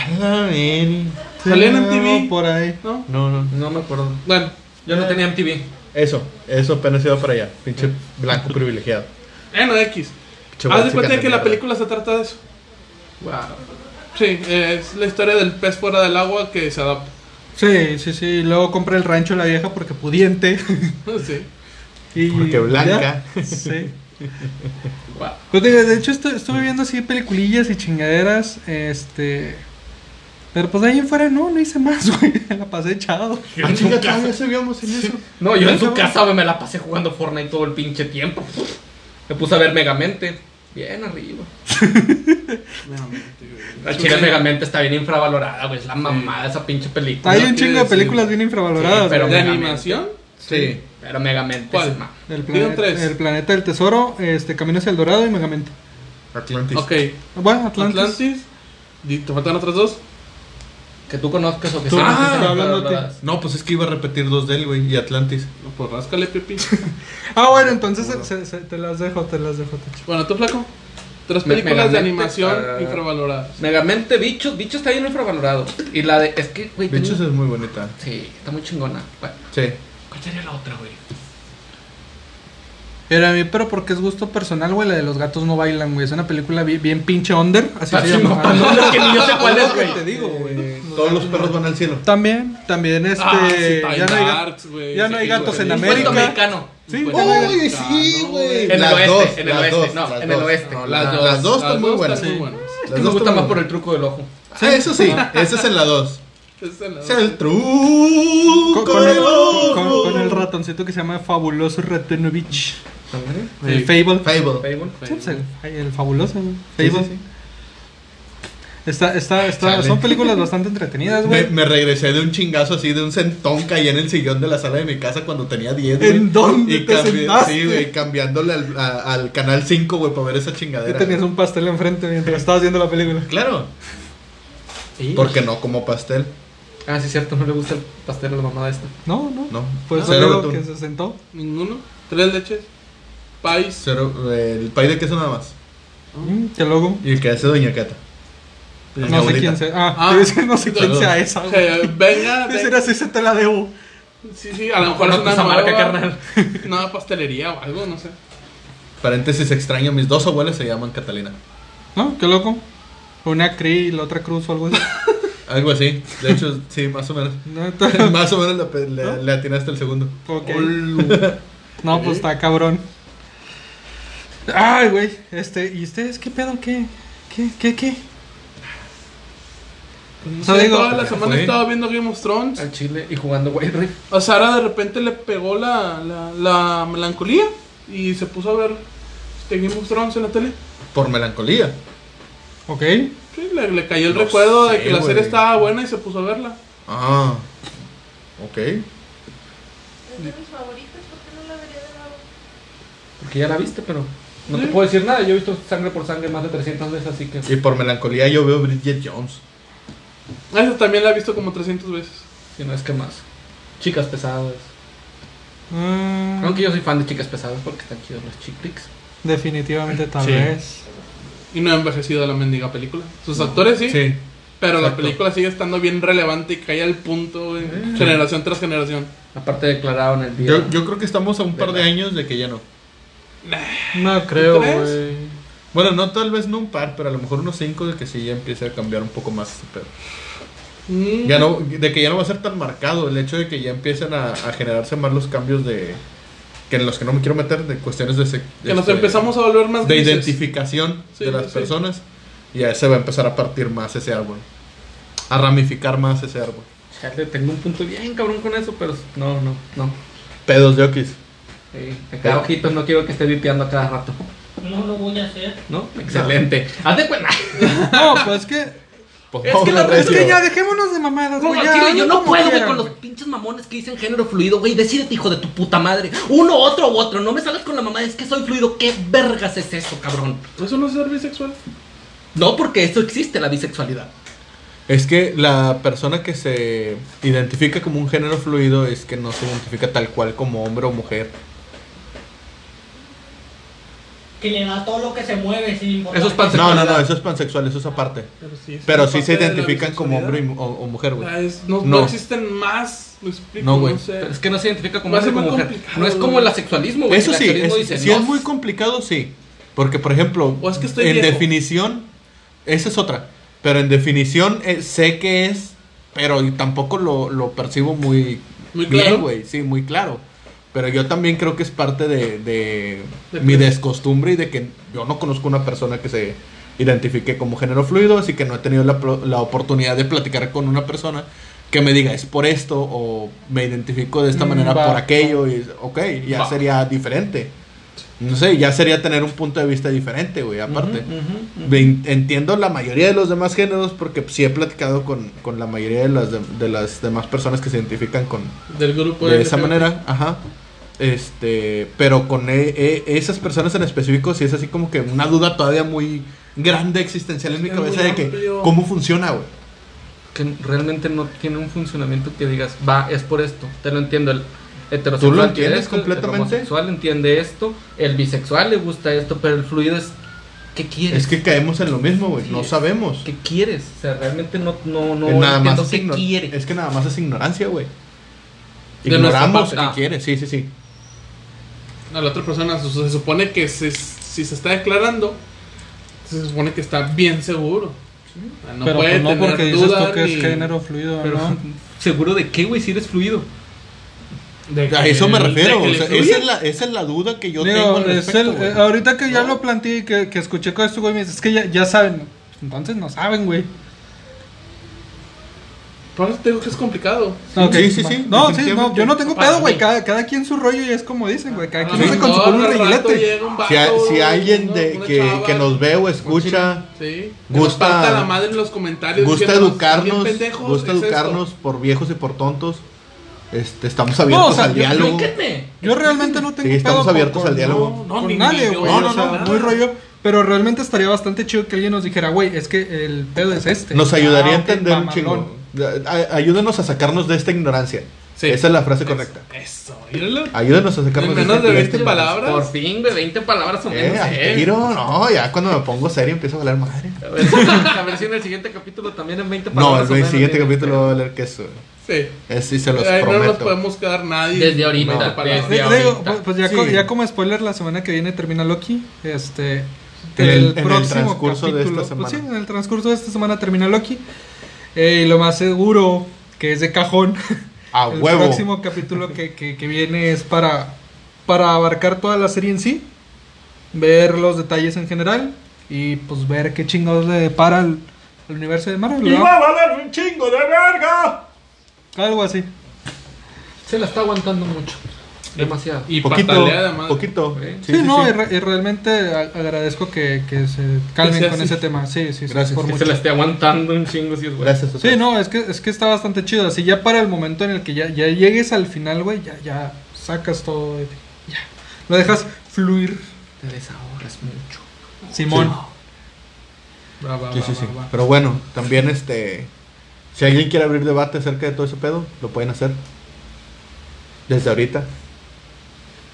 Speaker 3: Salían en
Speaker 1: No,
Speaker 3: TV.
Speaker 1: Por ahí.
Speaker 3: ¿no?
Speaker 2: No, no.
Speaker 4: No me acuerdo.
Speaker 3: Bueno,
Speaker 4: Yo no tenía MTV.
Speaker 2: Eso, eso apenas iba para allá. Pinche blanco privilegiado.
Speaker 3: en X.
Speaker 2: Pinche Ah,
Speaker 3: Haz de
Speaker 2: básica
Speaker 3: cuenta que la
Speaker 2: mierda.
Speaker 3: película se trata de eso.
Speaker 4: Wow.
Speaker 3: Sí, es la historia del pez fuera del agua que se adapta.
Speaker 1: Sí, sí, sí. y Luego compré el rancho la vieja porque pudiente.
Speaker 3: Sí.
Speaker 1: Y
Speaker 2: Porque blanca.
Speaker 1: ya. Sí.
Speaker 4: Wow.
Speaker 1: Pues digo, de hecho estu- estuve viendo así peliculillas y chingaderas, este... Pero pues de ahí en fuera no, no hice más, güey. La pasé echado.
Speaker 2: Ah, chinga, todavía subíamos en eso.
Speaker 4: No, yo en su casa güey, me la pasé jugando Fortnite todo el pinche tiempo. Me puse a ver Megamente. Bien arriba.
Speaker 3: Ah,
Speaker 4: La chile Megamente está bien infravalorada, güey. Es la mamada esa pinche película.
Speaker 1: Hay
Speaker 3: no
Speaker 1: un
Speaker 3: quiere
Speaker 1: chingo de
Speaker 3: decir-
Speaker 1: películas bien infravaloradas.
Speaker 4: Sí, pero
Speaker 1: güey.
Speaker 3: ¿De
Speaker 4: Megamente.
Speaker 3: animación?
Speaker 2: Sí.
Speaker 4: Pero Megamente
Speaker 3: ¿Cuál?
Speaker 4: es ma-
Speaker 1: el,
Speaker 3: Tiene
Speaker 1: planeta,
Speaker 3: tres.
Speaker 1: el planeta del tesoro, este, Camino hacia el Dorado y Megamente.
Speaker 2: Atlantis.
Speaker 3: Ok.
Speaker 1: Bueno, Atlantis.
Speaker 3: Atlantis. Di- ¿Te faltan otras dos?
Speaker 4: Que tú conozcas o que
Speaker 2: Tú
Speaker 4: sepas
Speaker 2: no
Speaker 4: que
Speaker 2: te
Speaker 4: sean
Speaker 2: está hablando a ti.
Speaker 4: habladas.
Speaker 2: No, pues es que iba a repetir dos de él, güey, y Atlantis.
Speaker 3: No, pues ráscale, Pepi.
Speaker 1: Ah, bueno, entonces se- se- te las dejo, te las dejo, Tacho.
Speaker 3: Bueno, tú, flaco. Tres
Speaker 4: Me-
Speaker 3: películas de
Speaker 4: Megamente,
Speaker 3: animación
Speaker 4: ah.
Speaker 3: infravaloradas.
Speaker 4: Megamente, bichos, bichos está bien infravalorado. Y la de. Es que, güey.
Speaker 2: De hecho,
Speaker 4: tengo-
Speaker 2: esa es muy bonita.
Speaker 4: Sí, está muy chingona. Bueno,
Speaker 2: Sí.
Speaker 4: ¿Cuál sería la otra, güey?
Speaker 1: Pero a mí, pero porque es gusto personal, güey, la de los gatos no bailan, güey. Es una película bi- bien, pinche under, así se
Speaker 4: Así
Speaker 1: llama.
Speaker 4: Ah, no, no, es que ni yo sé cuál es,
Speaker 2: Te
Speaker 4: güey.
Speaker 2: digo, güey. Todos los perros van al cielo.
Speaker 1: También, también este.
Speaker 3: Ah, sí, Time
Speaker 1: ya no hay, ga-
Speaker 3: Darks, güey.
Speaker 1: ya no
Speaker 3: Sí,
Speaker 1: hay gatos
Speaker 3: güey.
Speaker 1: en
Speaker 4: Un cuento
Speaker 1: América.
Speaker 4: mexicano.
Speaker 1: Sí,
Speaker 4: Un cuento
Speaker 1: oh,
Speaker 4: mexicano.
Speaker 2: ¡Uy, sí,
Speaker 3: mexicano,
Speaker 2: güey!
Speaker 3: Ah, güey.
Speaker 4: En el
Speaker 2: Las
Speaker 4: oeste,
Speaker 2: dos,
Speaker 4: en el
Speaker 2: las
Speaker 4: oeste,
Speaker 2: dos,
Speaker 4: no,
Speaker 2: las
Speaker 4: en el
Speaker 2: dos.
Speaker 4: oeste.
Speaker 2: No,
Speaker 4: Las
Speaker 2: la-
Speaker 4: dos,
Speaker 2: Las dos están muy buenas. Sí.
Speaker 3: están muy buenas.
Speaker 2: Las
Speaker 4: Me
Speaker 2: dos
Speaker 4: gusta
Speaker 2: están
Speaker 4: más
Speaker 2: muy
Speaker 4: por
Speaker 2: buenas.
Speaker 4: el truco del ojo.
Speaker 2: Ah, eso sí, esa es en la 2.
Speaker 3: Esa es la
Speaker 2: Es el truco
Speaker 1: Con, con el,
Speaker 2: del ojo.
Speaker 1: con- con el ratoncito que se llama Fabuloso Ratonovich.
Speaker 3: Sí.
Speaker 1: El Fable.
Speaker 2: Fable.
Speaker 4: Facebook.
Speaker 1: Sí, pues, el, el fabuloso. güey.
Speaker 2: Sí, sí,
Speaker 1: Fable.
Speaker 2: sí.
Speaker 1: Está, está, está,
Speaker 2: Chale.
Speaker 1: son películas bastante entretenidas,
Speaker 2: Me,
Speaker 1: güey.
Speaker 2: me regresé de un chingazo así, de un sentón, caí en el sillón de la sala de mi casa cuando tenía 10, güey.
Speaker 1: ¿En dónde
Speaker 2: Y
Speaker 1: te sentaste?
Speaker 2: Sí, güey, cambiándole al, a- al canal 5, güey, para ver esa
Speaker 1: Tú
Speaker 2: chingadera.
Speaker 1: tenías
Speaker 2: güey.
Speaker 1: un pastel enfrente mientras estabas viendo la película.
Speaker 2: Claro,
Speaker 4: Sí.
Speaker 2: porque no como pastel,
Speaker 4: Ah, sí, cierto, no le gusta el pastel a la mamada esta.
Speaker 1: No, no.
Speaker 2: no.
Speaker 1: Pues
Speaker 2: cero
Speaker 1: luego
Speaker 2: betún.
Speaker 1: que se sentó.
Speaker 3: Ninguno. Tres leches. Pais.
Speaker 2: Cero, eh, el pay de queso nada más. Ah.
Speaker 1: Mm, que luego.
Speaker 2: Y el que hace Doña Cata.
Speaker 1: No
Speaker 2: Mi abuelita.
Speaker 1: sé quién sea. Ah,
Speaker 3: Ah.
Speaker 1: te iba a decir, no sé quién
Speaker 2: Saludos.
Speaker 1: sea esa,
Speaker 3: O
Speaker 1: güey.
Speaker 3: sea,
Speaker 1: Te
Speaker 3: venga.
Speaker 1: iba a decir,
Speaker 3: venga.
Speaker 1: así se te la debo.
Speaker 3: Sí, sí, a lo mejor es
Speaker 4: Conozco
Speaker 3: una
Speaker 4: esa marca,
Speaker 3: nueva-
Speaker 4: carnal.
Speaker 3: Una pastelería o algo, no sé.
Speaker 2: Paréntesis extraño, mis dos abuelas se llaman Catalina.
Speaker 1: ¿No? Qué loco. Una Cree y la otra Cruz o algo así.
Speaker 2: Algo así. De hecho, sí, más o menos.
Speaker 1: No, entonces-
Speaker 2: Más o menos la pe- le, le atinaste el segundo.
Speaker 1: Ok. No, pues está cabrón. Ay, güey. Este, ¿y ustedes qué pedo? ¿Qué? ¿Qué? ¿Qué? ¿Qué?
Speaker 3: No
Speaker 2: Pues
Speaker 1: O
Speaker 3: sé,
Speaker 1: sea, digo,
Speaker 3: toda la semana
Speaker 2: fue.
Speaker 3: estaba viendo Game of Thrones.
Speaker 4: Al chile y jugando Wild Rift.
Speaker 3: A Sara de repente le pegó la, la, la melancolía y se puso a ver este Game of Thrones en la tele.
Speaker 2: Por melancolía.
Speaker 1: ok.
Speaker 3: Sí, le, le cayó el
Speaker 2: No
Speaker 3: recuerdo de
Speaker 2: sé,
Speaker 3: que la
Speaker 2: güey.
Speaker 3: serie estaba buena y se puso a verla.
Speaker 2: Ah. Ok.
Speaker 7: Es de mis favoritas, ¿por qué no la vería de nuevo?
Speaker 4: Porque ya la viste, pero no te
Speaker 3: Sí.
Speaker 4: puedo decir nada. Yo he visto sangre por sangre más de 300 veces, así que.
Speaker 2: Y por melancolía yo veo Bridget Jones.
Speaker 3: Esa también la he visto como 300 veces.
Speaker 4: Si no es que más. Chicas pesadas.
Speaker 1: Mm,
Speaker 4: Aunque yo soy fan de chicas pesadas porque están chidos los chick flicks.
Speaker 1: Definitivamente tal
Speaker 2: Sí.
Speaker 1: vez.
Speaker 3: Y no ha envejecido la mendiga película. Sus actores sí, pero la
Speaker 2: exacto. Eh.
Speaker 3: película sigue estando bien relevante y cae al punto, güey, generación tras generación.
Speaker 4: Aparte declararon el día.
Speaker 2: Yo, yo creo que estamos a un par de
Speaker 4: ¿Verdad?
Speaker 2: años de que ya no.
Speaker 1: No creo,
Speaker 3: crees?
Speaker 1: güey.
Speaker 2: Bueno, no tal vez no un par, pero a lo mejor unos cinco de que sí ya empiece a cambiar un poco más este pedo.
Speaker 3: Mm.
Speaker 2: Ya no, de que ya no va a ser tan marcado el hecho de que ya empiezan a, a generarse más los cambios de... Que en los que no me quiero meter, de cuestiones de... sec-
Speaker 3: Que nos
Speaker 2: este,
Speaker 3: empezamos a volver más
Speaker 2: De
Speaker 3: grises.
Speaker 2: identificación
Speaker 3: Sí,
Speaker 2: de las
Speaker 3: sí.
Speaker 2: personas. Y ya se va a empezar a partir más ese árbol. A ramificar más ese árbol.
Speaker 4: Chale, tengo un punto bien cabrón con eso, pero no, no, no.
Speaker 2: Pedos de Oquis.
Speaker 4: Sí, acá
Speaker 3: Eh.
Speaker 4: ojitos, no quiero que esté vipeando a cada rato.
Speaker 8: No lo voy a hacer.
Speaker 4: ¿No? Excelente. Haz de cuenta.
Speaker 1: No, pues es que.
Speaker 2: Por
Speaker 4: Es que
Speaker 2: favor,
Speaker 4: la-
Speaker 1: Es
Speaker 2: Recio.
Speaker 1: que ya dejémonos de mamadas,
Speaker 4: No,
Speaker 1: güey.
Speaker 4: al
Speaker 1: ya,
Speaker 4: chile,
Speaker 1: hazlo
Speaker 4: yo no
Speaker 1: como
Speaker 4: puedo, güey,
Speaker 1: quieran,
Speaker 4: con los pinches mamones que dicen género fluido, güey. Decídete, hijo de tu puta madre. Uno, otro u otro. No me salgas con la mamá, es que soy fluido. ¿Qué vergas es eso, cabrón?
Speaker 3: Eso no es ser bisexual.
Speaker 4: No, porque eso existe, la bisexualidad.
Speaker 2: Es que la persona que se identifica como un género fluido es que no se identifica tal cual como hombre o mujer.
Speaker 8: Que le da todo lo que se mueve sin importar.
Speaker 4: Eso es
Speaker 8: que-
Speaker 2: No, no,
Speaker 4: pansexualidad.
Speaker 2: no, eso es pansexual, eso es aparte.
Speaker 3: Pero sí, es
Speaker 2: Pero
Speaker 3: una
Speaker 2: sí se
Speaker 3: parte de la
Speaker 2: identifican como hombre y
Speaker 3: bisexualidad. Ah,
Speaker 2: mu- o, o mujer,
Speaker 3: O sea,
Speaker 2: güey.
Speaker 3: es- no, no
Speaker 2: No.
Speaker 3: existen más, me explico,
Speaker 2: No,
Speaker 3: no,
Speaker 2: güey,
Speaker 3: sé.
Speaker 4: Pero es que no se identifica como
Speaker 3: Va a
Speaker 4: hombre
Speaker 3: ser
Speaker 4: como
Speaker 3: muy
Speaker 4: mujer.
Speaker 3: complicado,
Speaker 4: No es como
Speaker 3: güey.
Speaker 4: el asexualismo, güey.
Speaker 2: Eso
Speaker 4: que
Speaker 2: sí,
Speaker 4: el asexualismo
Speaker 2: es-
Speaker 4: dice,
Speaker 2: si
Speaker 4: no,
Speaker 2: es muy complicado, sí. Porque, por ejemplo,
Speaker 3: O es que estoy
Speaker 2: en
Speaker 3: viejo.
Speaker 2: definición, esa es otra. Pero en definición eh, sé que es, pero y tampoco lo, lo percibo muy,
Speaker 3: Muy claro.
Speaker 2: bien, güey. Sí, muy claro. Pero yo también creo que es parte de, de
Speaker 3: De
Speaker 2: mi
Speaker 3: que-
Speaker 2: descostumbre y de que yo no conozco una persona que se identifique como género fluido, así que no he tenido la, pro- la oportunidad de platicar con una persona que me diga es por esto o me identifico de esta
Speaker 1: Mm,
Speaker 2: manera
Speaker 1: va,
Speaker 2: por aquello y ok, ya
Speaker 3: Va.
Speaker 2: sería diferente. No sé, ya sería tener un punto de vista diferente, güey, aparte. Ve- Entiendo la mayoría de los demás géneros porque sí he platicado con, con la mayoría de las, de, de las demás personas que se identifican con
Speaker 3: Del grupo
Speaker 2: de esa
Speaker 3: LGBT.
Speaker 2: manera, ajá. Este, pero con e- e- esas personas en específico sí es así como que una duda todavía muy grande existencial en mi
Speaker 3: Es muy
Speaker 2: cabeza de que
Speaker 3: amplio.
Speaker 2: cómo funciona, güey.
Speaker 4: que realmente no tiene un funcionamiento que digas, va, es por esto, te lo entiendo. El heterosexual
Speaker 2: ¿Tú lo
Speaker 4: quiere
Speaker 2: entiendes
Speaker 4: esto, el
Speaker 2: completamente?
Speaker 4: homosexual entiende esto, el bisexual le gusta esto, pero el fluido es, ¿qué quieres?
Speaker 2: Es que caemos en lo mismo, güey.
Speaker 4: Sí,
Speaker 2: No
Speaker 4: es-
Speaker 2: sabemos.
Speaker 4: ¿Qué quieres? O sea, realmente no, no, no
Speaker 2: Es nada más
Speaker 4: entiendo
Speaker 2: es
Speaker 4: qué
Speaker 2: ignor-
Speaker 4: quiere.
Speaker 2: Es que nada más es ignorancia, güey.
Speaker 4: De nuestra
Speaker 2: Ignoramos
Speaker 4: parte,
Speaker 2: qué
Speaker 4: ah.
Speaker 2: quiere, sí, sí, sí.
Speaker 3: a la otra persona. Se, se supone que se- si se está declarando, se supone que está bien seguro. O sea, No
Speaker 1: pero
Speaker 3: puede
Speaker 1: pues, no
Speaker 3: tener
Speaker 1: porque dices
Speaker 3: duda
Speaker 1: tú que
Speaker 3: ni-
Speaker 1: es género fluido,
Speaker 4: Pero,
Speaker 1: ¿no?
Speaker 4: ¿seguro de qué, güey? Si eres fluido.
Speaker 3: de
Speaker 2: A
Speaker 3: que-
Speaker 2: eso me
Speaker 3: de
Speaker 2: refiero.
Speaker 3: que
Speaker 2: o
Speaker 3: le
Speaker 2: sea,
Speaker 3: fluye.
Speaker 2: esa, es la, esa es la duda que yo
Speaker 1: Digo,
Speaker 2: tengo. al
Speaker 1: es
Speaker 2: respecto,
Speaker 1: el-
Speaker 2: güey.
Speaker 1: eh, ahorita que ya lo planteé y que, que escuché con esto, güey, me dice, es que ya, ya saben. Entonces no saben, güey.
Speaker 3: Por eso te digo que es complicado.
Speaker 1: Ok,
Speaker 2: sí, sí,
Speaker 1: va.
Speaker 2: sí,
Speaker 1: No, sí,
Speaker 2: definitivamente.
Speaker 1: no, yo no tengo
Speaker 8: Para
Speaker 1: pedo, güey.
Speaker 3: Ah,
Speaker 8: mí.
Speaker 1: Cada, cada quien su rollo y es Ah, como dicen, güey. Cada quien
Speaker 3: A
Speaker 1: hace
Speaker 3: lo
Speaker 1: con su
Speaker 3: mejor
Speaker 1: culo un
Speaker 3: al rato
Speaker 1: reguilete.
Speaker 3: llega un vato,
Speaker 2: Si, a- si
Speaker 3: una-
Speaker 2: alguien de,
Speaker 3: Ah, una
Speaker 2: que,
Speaker 3: chava,
Speaker 2: que nos ve o escucha,
Speaker 3: Sí.
Speaker 2: Gusta-
Speaker 3: Nos parta la madre en los comentarios.
Speaker 2: gusta
Speaker 3: diciéndonos,
Speaker 2: educarnos,
Speaker 3: "Bien pendejos,
Speaker 2: gusta
Speaker 3: es esto".
Speaker 2: educarnos por viejos y por tontos. Este, estamos abiertos
Speaker 1: o sea,
Speaker 2: al
Speaker 1: yo- yo
Speaker 2: diálogo.
Speaker 9: Explíquenme.
Speaker 1: Yo realmente no tengo
Speaker 2: Sí, estamos
Speaker 1: pedo con-
Speaker 2: abiertos
Speaker 1: con-
Speaker 2: al diálogo.
Speaker 3: No, no,
Speaker 1: con
Speaker 3: ni-
Speaker 1: nadie,
Speaker 3: ni yo,
Speaker 1: güey.
Speaker 3: no,
Speaker 1: o sea,
Speaker 3: no, no.
Speaker 1: muy rollo. Pero realmente estaría bastante chido que alguien nos dijera, güey, es que el pedo es este.
Speaker 2: Nos ayudaría
Speaker 1: Ah,
Speaker 2: a
Speaker 1: ok,
Speaker 2: entender un
Speaker 1: mamalón. Eh,
Speaker 2: chingo. A- Ayúdenos a sacarnos de esta ignorancia.
Speaker 3: Sí.
Speaker 2: Esa es la frase correcta.
Speaker 3: Eso, míralo.
Speaker 2: Ayúdenos a sacarnos
Speaker 3: En menos
Speaker 2: esta
Speaker 3: de
Speaker 2: ignorancia.
Speaker 3: 20 palabras.
Speaker 4: Por fin, güey, 20 palabras o
Speaker 2: Eh,
Speaker 4: menos.
Speaker 2: al
Speaker 4: eh.
Speaker 2: tiro, no, ya cuando me pongo serio empiezo a hablar madre.
Speaker 4: A ver, si- a ver si en el siguiente capítulo también en 20
Speaker 2: No,
Speaker 4: palabras. o
Speaker 2: el
Speaker 4: menos
Speaker 2: siguiente
Speaker 4: tiene-
Speaker 2: capítulo va a leer que eso.
Speaker 3: Sí.
Speaker 2: Es, sí, se los
Speaker 3: Ahí no nos
Speaker 2: prometo.
Speaker 3: podemos quedar nadie.
Speaker 4: Desde ahorita,
Speaker 3: Veinte palabras.
Speaker 1: De-
Speaker 4: desde
Speaker 1: digo,
Speaker 4: ahorita.
Speaker 1: pues, pues ya,
Speaker 2: Sí.
Speaker 1: co- ya como spoiler, la semana que viene termina Loki. Este.
Speaker 2: En el- en el transcurso de esta
Speaker 1: pues sí,
Speaker 2: semana.
Speaker 1: en el transcurso de esta semana termina Loki. Eh, y lo más seguro, que es de cajón,
Speaker 2: A
Speaker 1: el
Speaker 2: huevo.
Speaker 1: próximo capítulo que, que- que viene es para, para abarcar toda la serie en sí, ver los detalles en general y pues ver qué chingados le depara al, al universo de Marvel. ¿verdad?
Speaker 2: valer un chingo de verga!
Speaker 1: Algo así.
Speaker 4: Se la está aguantando mucho. Demasiado.
Speaker 3: Y
Speaker 2: Poquito,
Speaker 3: patalea además.
Speaker 2: poquito.
Speaker 4: Sí,
Speaker 1: Sí, no, Y, re- y realmente a- agradezco que, que se calmen
Speaker 3: Que sea
Speaker 1: con
Speaker 3: así.
Speaker 1: ese tema. Sí, sí, sí,
Speaker 2: Gracias,
Speaker 1: por
Speaker 2: que
Speaker 4: Que
Speaker 1: mucho.
Speaker 4: se la esté aguantando un chingo si es bueno.
Speaker 2: Gracias.
Speaker 1: Sí,
Speaker 2: Oscar.
Speaker 1: no, es que, es que está bastante chido. Así ya para el momento en el que ya, ya llegues al final, güey, ya, ya sacas todo. güey. Ya. Lo dejas fluir,
Speaker 4: Te desahogas mucho.
Speaker 1: Simón.
Speaker 3: Va, va,
Speaker 2: Sí,
Speaker 3: va,
Speaker 2: sí, sí.
Speaker 3: va, va.
Speaker 2: Pero bueno, también este. Si alguien quiere abrir debate acerca de todo ese pedo, lo pueden hacer. Desde ahorita.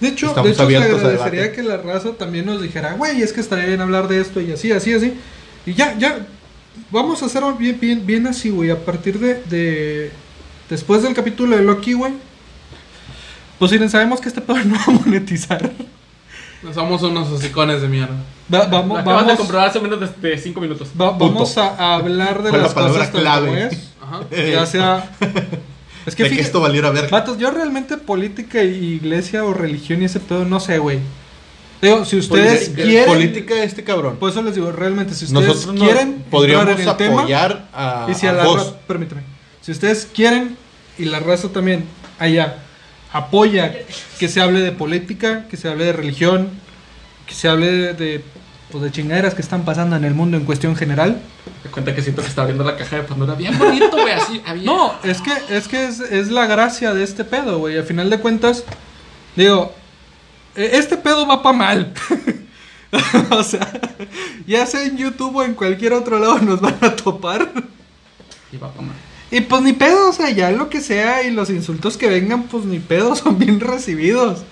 Speaker 1: De hecho,
Speaker 2: Estamos
Speaker 1: de hecho te
Speaker 2: abiertos a
Speaker 1: agradecería
Speaker 2: debate.
Speaker 1: que la raza también nos dijera, güey, es que estaría bien hablar de esto y así, así, así. Y ya, ya, vamos a hacer bien, bien, bien así, güey, a partir de, de- después del capítulo de Loki, güey. Pues miren, sabemos que este pedo no va a monetizar.
Speaker 3: No somos unos hocicones de mierda.
Speaker 1: Va-
Speaker 4: Lo
Speaker 1: vamos,
Speaker 4: acaban de
Speaker 1: vamos,
Speaker 4: comprobar hace menos de- de 5 minutos.
Speaker 1: va-
Speaker 2: Punto.
Speaker 1: vamos a a hablar de
Speaker 2: Fue la
Speaker 1: las
Speaker 2: palabra
Speaker 1: cosas tal
Speaker 2: clave. Eh.
Speaker 1: como es.
Speaker 3: Ajá.
Speaker 1: Ya sea. Es que
Speaker 2: de que
Speaker 1: fíjate-
Speaker 2: esto valiera verga.
Speaker 1: Vatos, yo realmente política y iglesia o religión y ese pedo no sé, güey. Digo, si ustedes
Speaker 2: Política-
Speaker 1: quieren.
Speaker 2: eh, Política de este cabrón.
Speaker 1: Por eso les digo, realmente, si ustedes
Speaker 2: Nosotros no-
Speaker 1: quieren, entrar
Speaker 2: podríamos
Speaker 1: en el tema,
Speaker 2: apoyar a,
Speaker 1: y si a
Speaker 2: a
Speaker 1: la
Speaker 2: vos.
Speaker 1: raza- permíteme, si ustedes quieren y la raza también allá apoya que se hable de política, que se hable de religión, que se hable de, de, pues, de chingaderas que están pasando en el mundo en cuestión general.
Speaker 4: Te cuenta que siento que está abriendo la caja de Pandora. Bien bonito, güey, así. abierto.
Speaker 1: No, es que es que es, es la gracia de este pedo, güey. Al final de cuentas, digo, e- este pedo va pa' mal. o sea, ya sea en YouTube o en cualquier otro lado nos van a topar.
Speaker 4: Y va pa' mal.
Speaker 1: Y pues ni pedo, o sea, ya lo que sea y los insultos que vengan, pues ni pedo, son bien recibidos.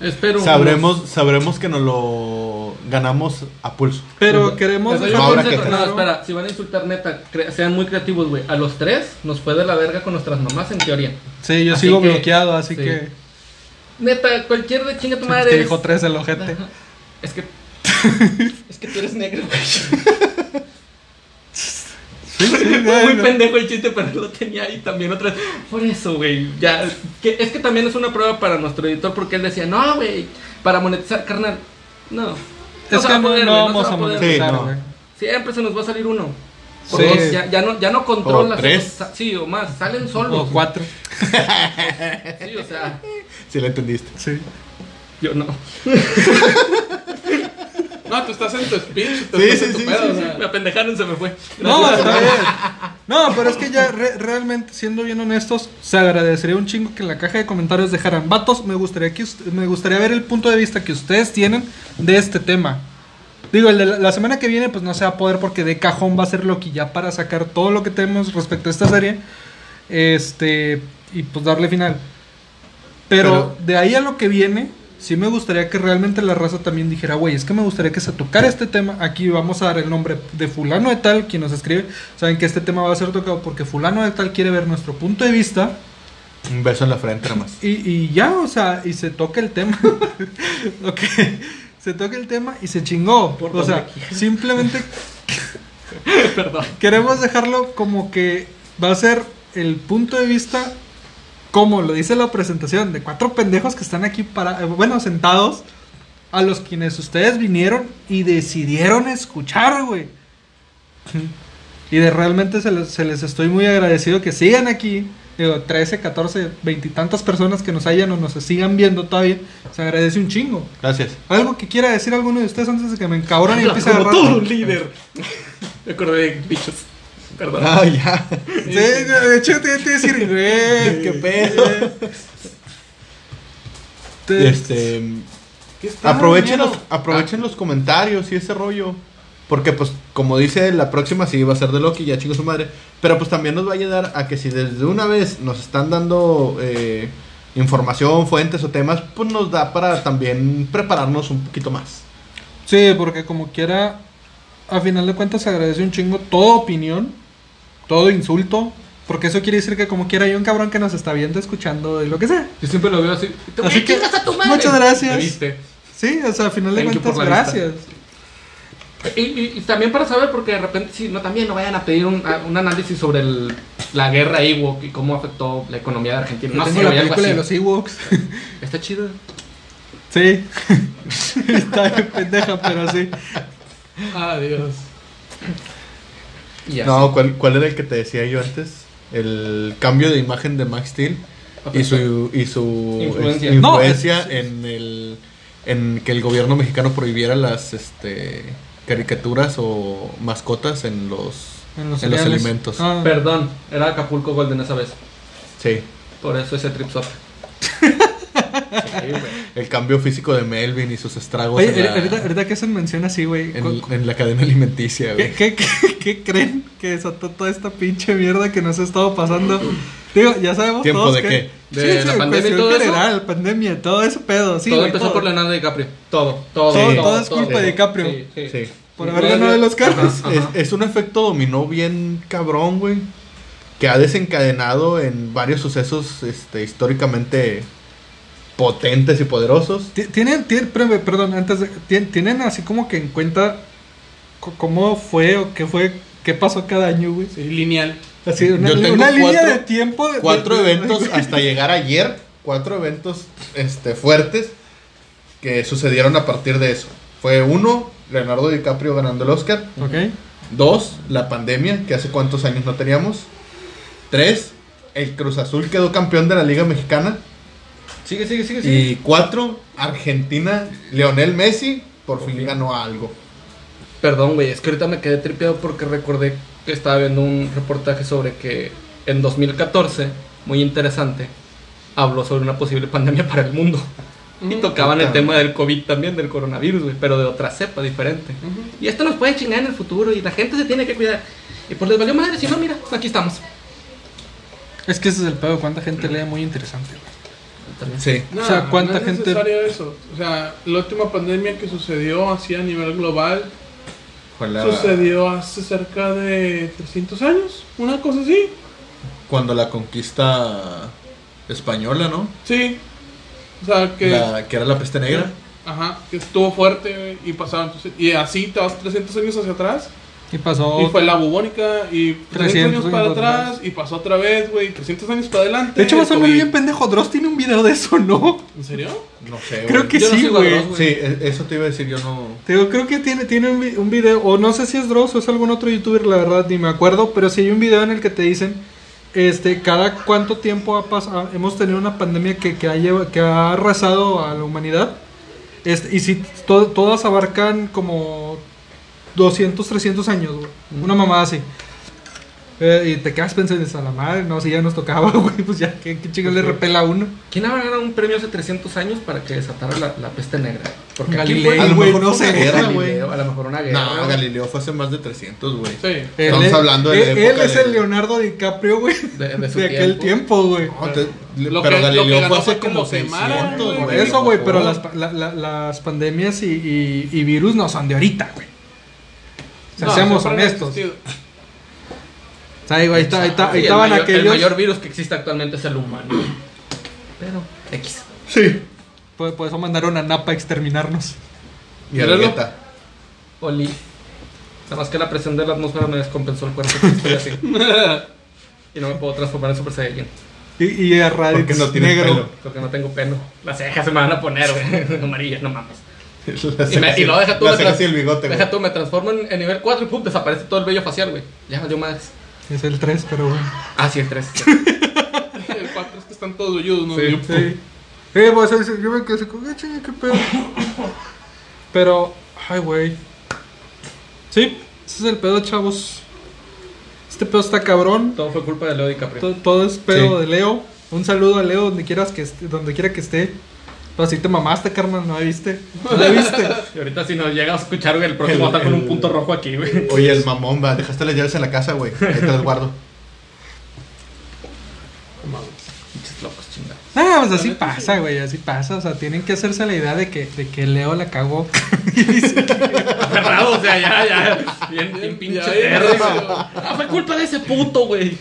Speaker 4: Espero.
Speaker 2: Sabremos, sabremos que nos lo ganamos a pulso.
Speaker 1: Pero
Speaker 4: Ujú.
Speaker 1: queremos
Speaker 4: Les doy
Speaker 1: dejar
Speaker 4: un
Speaker 2: habrá
Speaker 4: consejo.
Speaker 2: que-
Speaker 4: No,
Speaker 1: claro-
Speaker 4: espera, si van a insultar neta, cre- sean muy creativos, güey. A los tres nos fue de la verga con nuestras mamás en teoría.
Speaker 1: Sí, yo
Speaker 4: Así
Speaker 1: sigo
Speaker 4: que-
Speaker 1: bloqueado, así
Speaker 4: sí.
Speaker 1: que
Speaker 4: Neta, cualquier de chinga tu
Speaker 1: te
Speaker 4: madre.
Speaker 1: dijo
Speaker 4: es-
Speaker 1: tres el ojete.
Speaker 4: Ajá. Es que
Speaker 9: Es que tú eres negro, güey.
Speaker 4: Fue muy pendejo el chiste, pero lo tenía ahí también otra vez. Por eso, güey. Ya, que, es que también es una prueba para nuestro editor porque él decía, no, güey, para monetizar, carnal. No. se
Speaker 1: es
Speaker 4: va
Speaker 1: que no,
Speaker 4: poder,
Speaker 1: no
Speaker 4: güey, se
Speaker 1: vamos
Speaker 4: va
Speaker 1: a
Speaker 4: poder.
Speaker 2: Sí,
Speaker 1: monetizar,
Speaker 2: no.
Speaker 1: güey.
Speaker 4: Siempre se nos va a salir uno. O
Speaker 1: Sí.
Speaker 4: dos, ya, ya no, ya no controlas.
Speaker 2: tres.
Speaker 4: esos sa- sí, o más. Salen solos.
Speaker 1: O cuatro.
Speaker 4: Sí, o sea,
Speaker 2: Si lo entendiste.
Speaker 1: Sí.
Speaker 4: yo no.
Speaker 3: No, tú estás en tu speech. Tú
Speaker 2: Sí,
Speaker 3: estás
Speaker 2: sí,
Speaker 3: en tu
Speaker 2: sí,
Speaker 3: pedo,
Speaker 2: sí,
Speaker 3: o
Speaker 2: sí.
Speaker 3: sea.
Speaker 4: Me apendejaron, se me fue.
Speaker 1: No, está bien. No, pero es que ya re- realmente, siendo bien honestos, se agradecería un chingo que en la caja de comentarios dejaran vatos. Me gustaría, que ust- me gustaría ver el punto de vista que ustedes tienen de este tema. Digo, el de la, la semana que viene, pues no se va a poder porque de cajón va a ser Loki ya para sacar todo lo que tenemos respecto a esta serie. Este, y pues darle final. Pero, de ahí a lo que viene, sí me gustaría que realmente la raza también dijera, güey, es que me gustaría que se tocara este tema. Aquí vamos a dar el nombre de fulano de tal, quien nos escribe. Saben que este tema va a ser tocado porque fulano de tal quiere ver nuestro punto de vista.
Speaker 2: Un beso en la frente, nada más.
Speaker 1: Y, y ya, o sea, y se toca el tema. ok. Se toca el tema y se chingó.
Speaker 9: Por
Speaker 1: o sea,
Speaker 9: donde
Speaker 1: simplemente
Speaker 4: Perdón.
Speaker 1: queremos dejarlo como que va a ser el punto de vista, como lo dice la presentación, de cuatro pendejos que están aquí para, eh, bueno, sentados, a los quienes ustedes vinieron y decidieron escuchar, güey. Y de realmente se les, se les estoy muy agradecido que sigan aquí. Digo, 13, 14, veintitantas personas que nos hayan o nos sigan viendo todavía. Se agradece un chingo.
Speaker 2: Gracias.
Speaker 1: ¿Algo que quiera decir alguno de ustedes antes de que me encabronen y
Speaker 4: Habla
Speaker 1: empiece a
Speaker 4: como
Speaker 1: agarrar?
Speaker 4: todo un líder. Me acordé de bichos. Perdón.
Speaker 2: Ah, ya.
Speaker 1: Sí, de hecho, te iba a decir, güey, qué pedo. Te-
Speaker 2: Este.
Speaker 3: ¿Qué está,
Speaker 2: Aprovechen los,
Speaker 3: dinero?
Speaker 2: aprovechen los comentarios y ese rollo. Porque, pues, como dice, la próxima sí va a ser de Loki, ya chicos su madre. Pero, pues, también nos va a ayudar a que si desde una vez nos están dando eh, información, fuentes o temas, pues nos da para también prepararnos un poquito más.
Speaker 1: Sí, porque como quiera, a final de cuentas agradece un chingo toda opinión, todo insulto. Porque eso quiere decir que como quiera hay un cabrón que nos está viendo, escuchando y lo que sea.
Speaker 4: Yo siempre lo veo así. Te voy a
Speaker 1: Así que,
Speaker 4: chingas a tu madre.
Speaker 1: muchas
Speaker 4: ¿Me
Speaker 1: gracias.
Speaker 4: viste?
Speaker 1: Sí, o sea, a final de
Speaker 4: Thank you
Speaker 1: cuentas,
Speaker 4: por la vista.
Speaker 1: gracias.
Speaker 4: Y, y- y también para saber, porque de repente, si no, también no vayan a pedir un, a- un análisis sobre el- la guerra Ewok y cómo afectó la economía de Argentina. No
Speaker 1: Yo
Speaker 4: sé,
Speaker 1: tengo la
Speaker 4: oye, algo
Speaker 1: película
Speaker 4: así.
Speaker 1: de los Ewoks.
Speaker 4: Está chido.
Speaker 1: Sí. está bien pendeja, pero sí.
Speaker 3: Adiós.
Speaker 4: Y ya.
Speaker 2: No, ¿cuál, ¿cuál era el que te decía yo antes? El cambio de imagen de Max Steel y su, y su
Speaker 4: Influencia.
Speaker 2: es- influencia
Speaker 1: No, es-
Speaker 2: en el en que el gobierno mexicano prohibiera las este caricaturas o mascotas en los en los
Speaker 1: cereales.
Speaker 2: alimentos.
Speaker 1: Ah.
Speaker 4: Perdón, era Acapulco Golden esa vez.
Speaker 2: Sí,
Speaker 4: Por eso ese trip swap. Sí, güey.
Speaker 2: el cambio físico de Melvin y sus estragos
Speaker 1: Oye, eh,
Speaker 2: en, la,
Speaker 1: ahorita, ahorita que se menciona así, güey. cu-
Speaker 2: en- en la cadena alimenticia, güey.
Speaker 1: ¿Qué, qué, qué- qué creen que desató toda esta pinche mierda que nos ha estado pasando? Digo, ya sabemos
Speaker 2: ¿Tiempo
Speaker 1: todos
Speaker 2: de
Speaker 1: que...
Speaker 2: qué?
Speaker 4: ¿De la pandemia y
Speaker 1: cuestión
Speaker 4: todo eso?
Speaker 1: general, pandemia, todo ese pedo, sí,
Speaker 4: todo
Speaker 1: güey,
Speaker 4: empezó
Speaker 1: todo.
Speaker 4: por Leonardo DiCaprio. Todo, todo.
Speaker 1: Sí.
Speaker 4: todo,
Speaker 1: Todo es culpa de DiCaprio.
Speaker 4: Sí, sí.
Speaker 2: Sí.
Speaker 1: Por haber ganado de los carros.
Speaker 4: Ajá.
Speaker 2: Es, es un efecto dominó bien cabrón, güey. Que ha desencadenado en varios sucesos este, históricamente potentes y poderosos.
Speaker 1: Ti- Tienen, tienen, espérame, perdón, antes de- tien- tienen así como que en cuenta co- cómo fue o qué fue, qué pasó cada año, güey.
Speaker 3: Sí, lineal.
Speaker 1: Así, una,
Speaker 2: Yo tengo
Speaker 1: una línea
Speaker 2: cuatro-
Speaker 1: de tiempo. de- de-
Speaker 2: Cuatro
Speaker 1: de-
Speaker 2: eventos hasta llegar ayer. Cuatro eventos este, fuertes que sucedieron a partir de eso. Fue uno, Leonardo DiCaprio ganando el Oscar.
Speaker 1: Ok.
Speaker 2: Dos, la pandemia, que hace cuántos años no teníamos. Tres, el Cruz Azul quedó campeón de la Liga Mexicana.
Speaker 4: Sigue, sigue, sigue, sigue.
Speaker 2: Y cuatro, Argentina, Leonel Messi por fin ganó algo.
Speaker 4: Perdón, güey, es que ahorita me quedé tripeado porque recordé que estaba viendo un reportaje sobre que en 2014, muy interesante, habló sobre una posible pandemia para el mundo.
Speaker 2: Mm,
Speaker 4: Y tocaban el
Speaker 2: Puta.
Speaker 4: tema del COVID también, del coronavirus, güey, pero de otra cepa diferente. Y esto nos puede chingar en el futuro y la gente se tiene que cuidar. Y pues les valió madre, si no, mira, aquí estamos.
Speaker 1: Es que ese es el pedo, cuánta gente lee muy interesante, güey.
Speaker 2: Sí.
Speaker 3: No,
Speaker 1: O sea, ¿cuánta
Speaker 3: no es
Speaker 1: gente-
Speaker 3: necesario eso. O sea, la última pandemia que sucedió así a nivel global sucedió hace cerca de 300 años. Una cosa así.
Speaker 2: Cuando la conquista española, ¿no?
Speaker 3: Sí. O sea, que.
Speaker 2: La- que era la peste negra.
Speaker 3: Ajá, que estuvo fuerte güey, y pasaron. Y así te vas 300 años hacia atrás.
Speaker 1: Y pasó.
Speaker 3: Y fue la bubónica y 300
Speaker 1: 300
Speaker 3: años para
Speaker 1: años para
Speaker 3: atrás y pasó otra vez, güey, 300 años para adelante.
Speaker 1: De hecho,
Speaker 3: el
Speaker 1: va a sonar
Speaker 3: COVID.
Speaker 1: bien pendejo. Dross tiene un video de eso, ¿no?
Speaker 3: ¿En serio?
Speaker 2: No
Speaker 3: Eh,
Speaker 2: sé.
Speaker 1: Creo
Speaker 2: güey.
Speaker 1: que
Speaker 4: Yo no
Speaker 1: sí,
Speaker 4: sigo a
Speaker 1: güey.
Speaker 4: Dross, güey.
Speaker 2: Sí, e- eso te iba a decir, yo no.
Speaker 1: Te digo, creo que tiene, tiene un, vi- un video, o no sé si es Dross o es algún otro youtuber, la verdad, ni me acuerdo, pero sí hay un video en el que te dicen, este, cada cuánto tiempo ha pasado, hemos tenido una pandemia que, que, ha, lleva- que ha arrasado a la humanidad, este, y si to- todas abarcan como 200, 300 años, güey, una mamada así. Eh, y te quedas pensando, a la madre, no, si ya nos tocaba, güey, pues ya, ¿qué, qué chingas le repela a uno?
Speaker 4: ¿Quién habrá ganado un premio hace 300 años para que desatara la, la peste negra? Porque aquí
Speaker 1: Galileo,
Speaker 4: fue-
Speaker 2: A lo
Speaker 1: güey,
Speaker 2: mejor
Speaker 1: no
Speaker 2: no
Speaker 1: sé,
Speaker 2: se guerra, güey.
Speaker 4: Galileo, a lo mejor una guerra.
Speaker 2: No,
Speaker 4: güey.
Speaker 2: Galileo fue hace más de 300, güey.
Speaker 3: Eh, Sí.
Speaker 2: Estamos
Speaker 1: Él-
Speaker 2: hablando de la
Speaker 1: él-
Speaker 2: época
Speaker 1: Él es
Speaker 2: de-
Speaker 1: el Leonardo DiCaprio, güey, de,
Speaker 4: De- de su
Speaker 1: aquel tiempo, güey.
Speaker 2: No, entonces, le-
Speaker 3: Lo
Speaker 2: pero
Speaker 3: que- lo que
Speaker 2: Galileo
Speaker 3: ganó
Speaker 2: fue
Speaker 3: fue
Speaker 2: hace
Speaker 3: que
Speaker 2: como
Speaker 3: lo quemaran,
Speaker 2: 600,
Speaker 3: güey.
Speaker 2: güey.
Speaker 1: Eso, güey, pero
Speaker 2: por
Speaker 1: las,
Speaker 2: favor.
Speaker 1: pa- la- la- las pandemias y, y- y virus no son de ahorita, güey. O sea,
Speaker 3: No,
Speaker 1: seamos
Speaker 3: siempre han
Speaker 1: honestos.
Speaker 3: existido.
Speaker 1: O sea, digo, ahí, está, ahí, está- ahí
Speaker 4: Sí, el,
Speaker 1: estaban
Speaker 4: mayor, el
Speaker 1: aquellos.
Speaker 4: mayor virus que existe actualmente es el humano. Pero, X.
Speaker 1: pues, Por, por eso mandaron a Napa a exterminarnos.
Speaker 2: Y a
Speaker 3: Míralo.
Speaker 2: Vegeta.
Speaker 4: Oli. Nada más que la presión de la atmósfera me descompensó el cuerpo. y Estoy así. Y no me puedo transformar en Super Saiyan.
Speaker 1: Y, y a Raditz
Speaker 2: Porque no tiene
Speaker 1: negro.
Speaker 4: Porque no tengo pelo. Las cejas se me van a poner, güey. Amarillas, no mames.
Speaker 2: pelo.
Speaker 4: Y, me, y luego deja tú.
Speaker 2: Las
Speaker 4: me
Speaker 2: cejas
Speaker 4: trans-
Speaker 2: y el bigote, güey.
Speaker 4: Deja tú, me transformo en, en nivel 4 y pum, desaparece todo el vello facial, güey. Ya valió madres.
Speaker 1: Es el 3, pero bueno.
Speaker 4: Ah, sí, el 3.
Speaker 3: El 4 es que están todos velludos, ¿no?
Speaker 4: Sí.
Speaker 3: Yo-
Speaker 1: Sí. Eh, pues, ahí se- yo me quedé así como, "Ah, chinga, qué pedo. Pero, ay, güey. Sí, ese es el pedo, chavos. Este pedo está cabrón.
Speaker 4: Todo fue culpa de Leo DiCaprio.
Speaker 1: To- Todo es pedo
Speaker 2: Sí.
Speaker 1: de Leo. Un saludo a Leo donde quieras que esté, donde quiera que esté. Pero si te mamaste, carnal, no la viste. No la viste.
Speaker 4: Y ahorita si nos llega a escuchar, güey, el próximo va a estar con
Speaker 2: El-
Speaker 4: un punto rojo aquí, güey.
Speaker 2: Oye, el mamón, va, dejaste las llaves en la casa, güey. Ahí te las guardo.
Speaker 4: Pinches locos, chingados.
Speaker 1: Ah, pues así pasa, güey, así pasa. O sea, tienen que hacerse la idea de que, de que Leo la cagó.
Speaker 4: Aferrado, o sea, ya, ya. Bien, bien pinche
Speaker 3: Ya, ya,
Speaker 4: perro,
Speaker 3: ya.
Speaker 4: güey. Ah, fue culpa de ese puto, güey.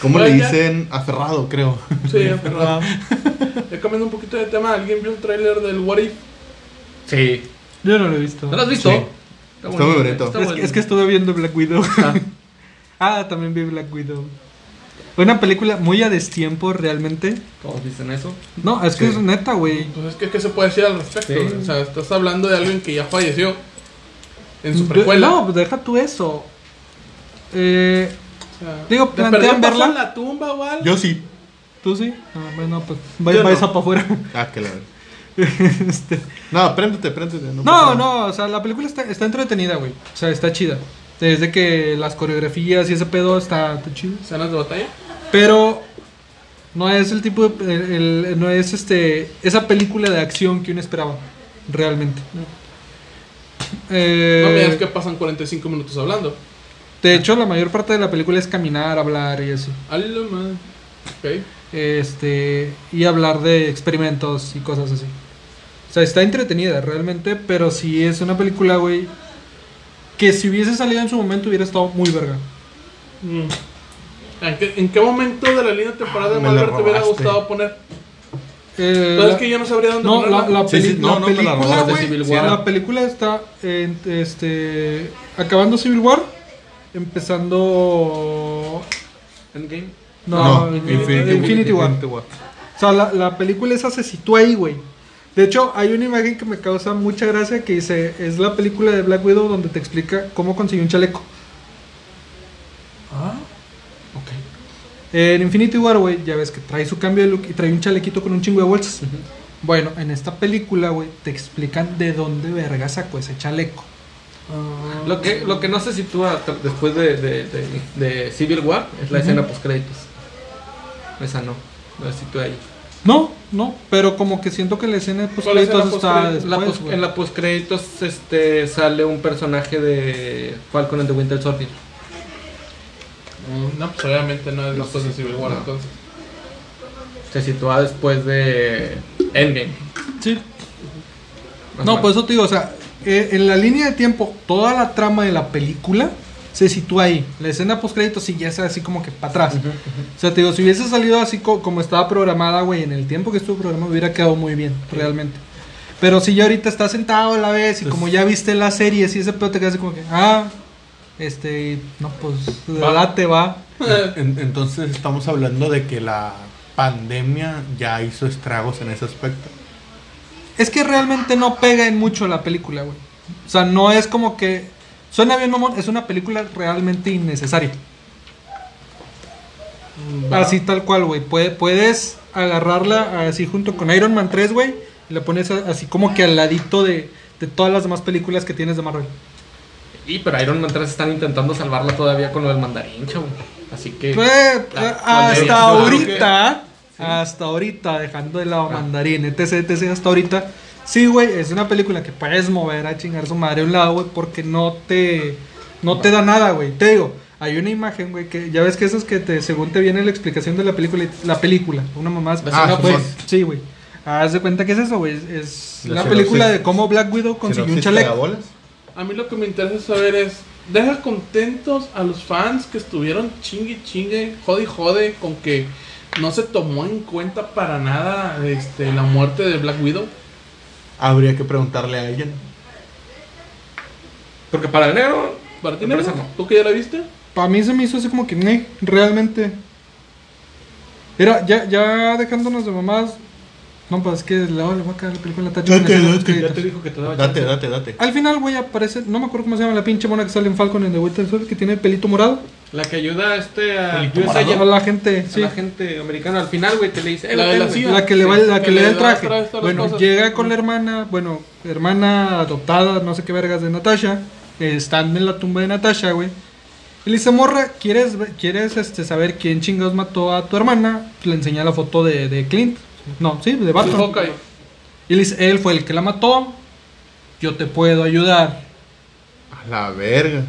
Speaker 2: ¿Cómo le
Speaker 3: Bueno, ya.
Speaker 2: dicen? Aferrado, creo.
Speaker 3: Sí, ya,
Speaker 1: Ah.
Speaker 3: perdón. Ya cambiando un poquito de tema, ¿alguien vio el tráiler del What If?
Speaker 4: Sí.
Speaker 1: Yo no lo he visto.
Speaker 4: ¿No lo has visto?
Speaker 2: Sí. Está muy bonito.
Speaker 4: está
Speaker 1: Es, que,
Speaker 4: bueno.
Speaker 1: es que estuve viendo Black Widow.
Speaker 4: Ah.
Speaker 1: ah, también vi Black Widow. Una película muy a destiempo, realmente.
Speaker 4: Todos dicen eso.
Speaker 1: No, es que es neta, güey.
Speaker 3: Pues es que, ¿qué se puede decir al respecto?
Speaker 4: Sí.
Speaker 3: O sea, estás hablando de alguien que ya falleció en su
Speaker 1: De-
Speaker 3: precuela.
Speaker 1: No, pues deja tú eso. Eh,
Speaker 3: O sea,
Speaker 1: Digo,
Speaker 3: ¿te
Speaker 1: ¿plantean
Speaker 3: perdían
Speaker 1: verla?
Speaker 3: bajo la tumba o algo?
Speaker 2: Yo sí.
Speaker 1: ¿Tú sí? No, bueno, pues
Speaker 3: Yo
Speaker 1: vais, vais
Speaker 3: no.
Speaker 1: a para afuera.
Speaker 2: Ah, que la
Speaker 1: Este,
Speaker 2: No, préndete, préndete.
Speaker 1: No, no, o sea, la película está, está entretenida, güey. O sea, está chida. Desde que las coreografías y ese pedo está, está chido.
Speaker 3: ¿Escenas de batalla?
Speaker 1: Pero no es el tipo de. el- el- no es este. Esa película de acción que uno esperaba. Realmente. Eh,
Speaker 3: No me digas que pasan 45 minutos hablando.
Speaker 1: De hecho, la mayor parte de la película es caminar, hablar y eso.
Speaker 3: A la madre. Ok.
Speaker 1: Este. Y hablar de experimentos y cosas así. O sea, está entretenida realmente. Pero si es una película, güey. Que si hubiese salido en su momento hubiera estado muy verga.
Speaker 3: Mm. ¿En qué, en qué momento de la línea temporal de
Speaker 2: Ah, Me la
Speaker 3: Marvel te hubiera
Speaker 2: robaste.
Speaker 3: gustado poner?
Speaker 1: Eh,
Speaker 3: Pues es
Speaker 1: la-
Speaker 3: que yo no sabría dónde
Speaker 1: No,
Speaker 3: ponerla.
Speaker 1: la, la,
Speaker 2: Sí,
Speaker 1: peli-
Speaker 2: sí, no,
Speaker 1: la
Speaker 2: no, me la
Speaker 1: película,
Speaker 2: robaste,
Speaker 1: güey,
Speaker 4: Civil War.
Speaker 1: la película está en, este, acabando Civil War, empezando...
Speaker 4: Endgame.
Speaker 1: No,
Speaker 2: No,
Speaker 1: Infinity,
Speaker 2: Infinity-
Speaker 1: Infinity War. O sea, la, la película esa se sitúa ahí, güey. De hecho, hay una imagen que me causa mucha gracia que dice, es la película de Black Widow donde te explica cómo consiguió un chaleco. Ah, En Infinity War, güey, ya ves que trae su cambio de look y trae un chalequito con un chingo de bolsas. Bueno, en esta película, güey, te explican de dónde verga sacó ese chaleco.
Speaker 3: Ah.
Speaker 4: Lo que, lo que no se sitúa tra- después de, de, de, de Civil War es la escena post créditos. Esa no, no se sitúa ahí.
Speaker 1: No, no, pero como que siento que la escena de
Speaker 3: ¿Cuál es la
Speaker 1: postcréditos está
Speaker 3: postcréditos?
Speaker 1: después,
Speaker 4: La pos-
Speaker 1: güey.
Speaker 4: en la post créditos este, sale un personaje de Falcon and the Winter Soldier.
Speaker 3: Mm, No, pues obviamente no es
Speaker 4: No,
Speaker 3: después de Civil War,
Speaker 4: no.
Speaker 3: entonces.
Speaker 4: Se sitúa después de Endgame.
Speaker 1: Sí.
Speaker 4: Más o
Speaker 1: No,
Speaker 4: menos.
Speaker 1: por eso te digo, o sea, eh, en la línea de tiempo, toda la trama de la película se sitúa ahí. La escena postcréditos sí ya está así como que para atrás. O sea, te digo, si hubiese salido así co- como estaba programada, güey, en el tiempo que estuvo programada, hubiera quedado muy bien, realmente. Pero si ya ahorita estás sentado a la vez y como ya viste las series y ese pedo te quedas así como que, ah, este, no, pues,
Speaker 3: Va.
Speaker 1: la te va.
Speaker 2: En- entonces estamos hablando de que la pandemia ya hizo estragos en ese aspecto.
Speaker 1: Es que realmente no pega en mucho la película, güey. O sea, no es como que. Suena bien, mamón. Es una película realmente innecesaria. Así tal cual, güey. Puede- puedes agarrarla así junto con Iron Man 3, güey. Y la pones a- así como que al ladito de, de todas las demás películas que tienes de Marvel.
Speaker 4: Y pero Iron Man 3 están intentando salvarla todavía con lo del mandarín, chavo. Así que.
Speaker 1: Pues,
Speaker 4: la-
Speaker 1: hasta
Speaker 4: la-
Speaker 1: ahorita, hasta ahorita, dejando de
Speaker 2: Ah.
Speaker 1: lado mandarín, etc, etc, hasta ahorita. Sí, güey, es una película que puedes mover a chingar su madre a un lado, güey, porque no te, no te da nada, güey. Te digo, hay una imagen, güey, que ya ves que esas que te, según te viene la explicación de la película, y- la película, una mamá.
Speaker 2: Ah,
Speaker 1: no, pues,
Speaker 2: Simón.
Speaker 1: sí, güey. Haz de cuenta que es eso, güey. Es
Speaker 2: La
Speaker 1: la
Speaker 2: sinopsis.
Speaker 1: película de cómo Black Widow consiguió un chaleco.
Speaker 2: bolas?
Speaker 3: A mí lo que me interesa saber es, deja contentos a los fans que estuvieron chingue y chingue, jode y jode con que no se tomó en cuenta para nada este, la muerte de Black Widow.
Speaker 2: Habría que preguntarle a alguien.
Speaker 4: Porque para el negro.
Speaker 3: Martín,
Speaker 4: Me parece no.
Speaker 3: ¿tú que ya la viste?
Speaker 1: Para mí se me hizo así como que, "Neh, realmente. Era, ya, ya dejándonos de mamás. No, pues es que luego le voy a caer la película en la tacha. Me
Speaker 2: Date,
Speaker 1: hacen
Speaker 2: date,
Speaker 1: los créditos.
Speaker 4: dijo que te daba
Speaker 2: Date, date, date.
Speaker 1: Al final, güey, aparece. No me acuerdo cómo se llama la pinche mona que sale en Falcon en The Winter Soldier que tiene el pelito morado.
Speaker 4: La que ayuda a este a,
Speaker 1: A
Speaker 4: USA
Speaker 1: la- a
Speaker 4: a
Speaker 1: la gente, sí.
Speaker 4: la gente americana. Al final, güey, te le dice. eh,
Speaker 3: La
Speaker 4: lo
Speaker 3: de la
Speaker 4: tengo, güey.
Speaker 3: CIA.
Speaker 1: La que le, va,
Speaker 3: Sí,
Speaker 1: la que le da el
Speaker 3: otra
Speaker 1: traje.
Speaker 3: vez todas las
Speaker 1: Bueno,
Speaker 3: cosas.
Speaker 1: llega con la hermana, bueno, hermana adoptada, no sé qué vergas de Natasha. eh, están en la tumba de Natasha, güey. Y le dice, morra, ¿quieres, ve- quieres este, saber quién chingados mató a tu hermana? Le enseña la foto de, de Clint. No, sí, de
Speaker 3: Sí,
Speaker 1: Batman.
Speaker 3: Hawkeye.
Speaker 1: Y le dice, él fue el que la mató. Yo te puedo ayudar.
Speaker 2: A la verga.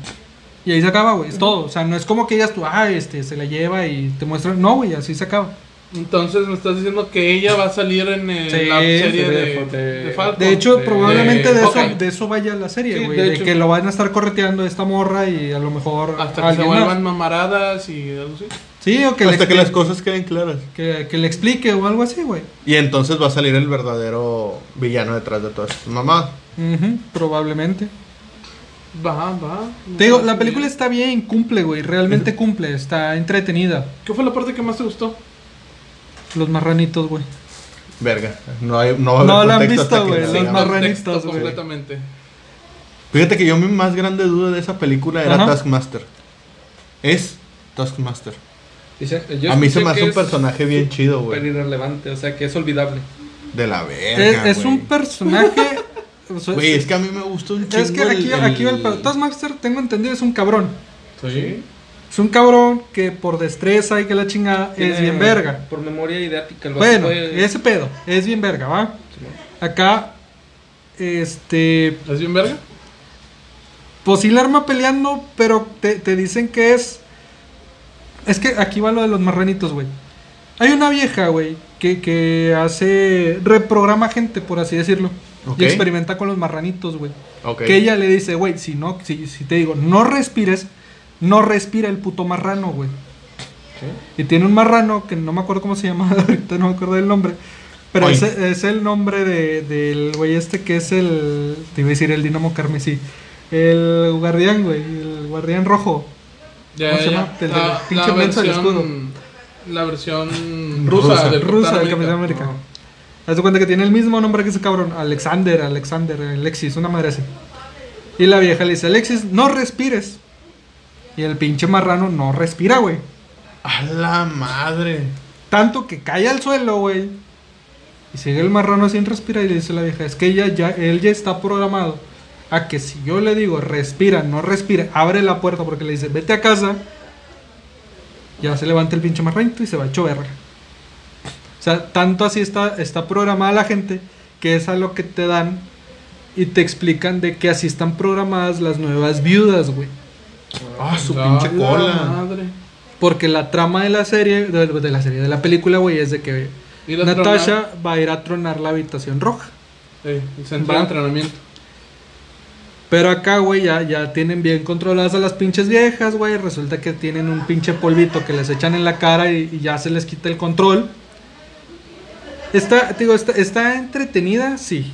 Speaker 1: Y ahí se acaba, güey. Es todo. O sea, no es como que digas tú, ah, este, se la lleva y te muestra. No, güey, así se acaba.
Speaker 3: Entonces me estás diciendo que ella va a salir en el-
Speaker 1: Sí,
Speaker 3: la serie
Speaker 4: serie
Speaker 3: de,
Speaker 4: de-
Speaker 3: de
Speaker 4: de-
Speaker 3: Falcon.
Speaker 1: De hecho, probablemente de,
Speaker 3: Hawkeye.
Speaker 1: eso, de eso vaya la serie,
Speaker 3: Eh, Sí,
Speaker 1: güey.
Speaker 3: de
Speaker 1: de
Speaker 3: hecho.
Speaker 1: que lo van a estar correteando esta morra y a lo mejor.
Speaker 3: Hasta que se
Speaker 1: alguien más.
Speaker 3: vuelvan mamaradas y algo así.
Speaker 1: Sí, o que, le,
Speaker 2: Hasta que
Speaker 1: expli-
Speaker 2: las cosas queden claras.
Speaker 1: que- que le explique o algo así, güey.
Speaker 2: Y entonces va a salir el verdadero villano detrás de todas estas mamadas.
Speaker 1: Ujú, probablemente.
Speaker 3: Va, va.
Speaker 1: Te digo, la película está bien, cumple, güey. Realmente cumple, está entretenida.
Speaker 3: ¿Qué fue la parte que más te gustó?
Speaker 1: Los marranitos, güey.
Speaker 2: Verga. No, hay, no va a haber
Speaker 1: No la han
Speaker 2: contexto hasta
Speaker 1: visto,
Speaker 2: que
Speaker 1: güey.
Speaker 2: la
Speaker 1: Los
Speaker 2: digamos.
Speaker 1: marranitos, güey.
Speaker 3: completamente.
Speaker 2: Fíjate que yo mi más grande duda de esa película era
Speaker 1: Ajá.
Speaker 2: Taskmaster. Es Taskmaster.
Speaker 4: Dice, eh, yo
Speaker 2: a mí se
Speaker 4: escuché
Speaker 2: me hace
Speaker 4: que
Speaker 2: un
Speaker 4: es
Speaker 2: personaje bien chido,
Speaker 4: súper
Speaker 2: güey.
Speaker 4: irrelevante, o sea que es olvidable.
Speaker 2: De la
Speaker 1: Es,
Speaker 2: verga,
Speaker 1: es
Speaker 2: güey.
Speaker 1: un personaje. o sea,
Speaker 2: Güey, es que a mí me gustó un chingo
Speaker 1: es que aquí, aquí va el. pedo. Taskmaster, tengo entendido, es un cabrón.
Speaker 4: Sí.
Speaker 1: Es un cabrón que por destreza y que la chingada es bien verga.
Speaker 4: Por memoria ideática. el vato
Speaker 1: Bueno,
Speaker 4: fue-
Speaker 1: ese pedo es bien verga, ¿va? Acá, este,
Speaker 3: ¿Es bien verga?
Speaker 1: pues sí la arma peleando, pero te, te dicen que es... Es que aquí va lo de los marranitos, güey. Hay una vieja, güey, que, que hace... reprograma gente, por así decirlo.
Speaker 2: Ok.
Speaker 1: Y experimenta con los marranitos, güey.
Speaker 2: Ok.
Speaker 1: Que ella le dice, güey, si no, si, si te digo, no respires, no respira el puto marrano, güey. Y tiene un marrano que no me acuerdo cómo se llama, ahorita no me acuerdo del nombre. Pero
Speaker 2: Oink.
Speaker 1: es, es el nombre de- del güey este que es el. Te iba a decir el Dinamo Carmesí. El guardián, güey. El guardián rojo.
Speaker 3: Ya,
Speaker 1: ¿Cómo se
Speaker 3: ya,
Speaker 1: llama?
Speaker 3: ya.
Speaker 1: Del- del pinche menso del escudo.
Speaker 3: la versión rusa,
Speaker 2: Rusa.
Speaker 3: del
Speaker 1: Rusa, el
Speaker 3: Capitán
Speaker 1: Capitán América. Haz de cuenta que tiene el mismo nombre que ese cabrón. Alexander, Alexander, Alexis, una madre así. Y la vieja le dice, Alexis, no respires. Y el pinche marrano no respira, güey.
Speaker 2: A la madre.
Speaker 1: Tanto que cae al suelo, güey. Y sigue el marrano sin respirar y le dice la vieja, es que ella ya, él ya está programado a que si yo le digo, respira, no respira, abre la puerta porque le dice, vete a casa, ya se levanta el pinche marranito y se va a hecho verga. O sea, tanto así está, está programada la gente que es a lo que te dan y te explican de que así están programadas las nuevas viudas, güey.
Speaker 2: Ah, su
Speaker 3: Ah,
Speaker 2: pinche
Speaker 3: la
Speaker 2: cola.
Speaker 3: madre.
Speaker 1: Porque la trama de la serie, de, de la serie, de la película, güey, es de que
Speaker 3: Ir a
Speaker 1: Natasha
Speaker 3: tronar.
Speaker 1: va a ir a tronar la habitación roja.
Speaker 3: Sí, el centro de
Speaker 1: Va.
Speaker 3: entrenamiento.
Speaker 1: Pero acá, güey, ya, ya tienen bien controladas a las pinches viejas, güey. Resulta que tienen un pinche polvito que les echan en la cara y, y ya se les quita el control. Está, te digo, está, está entretenida, sí.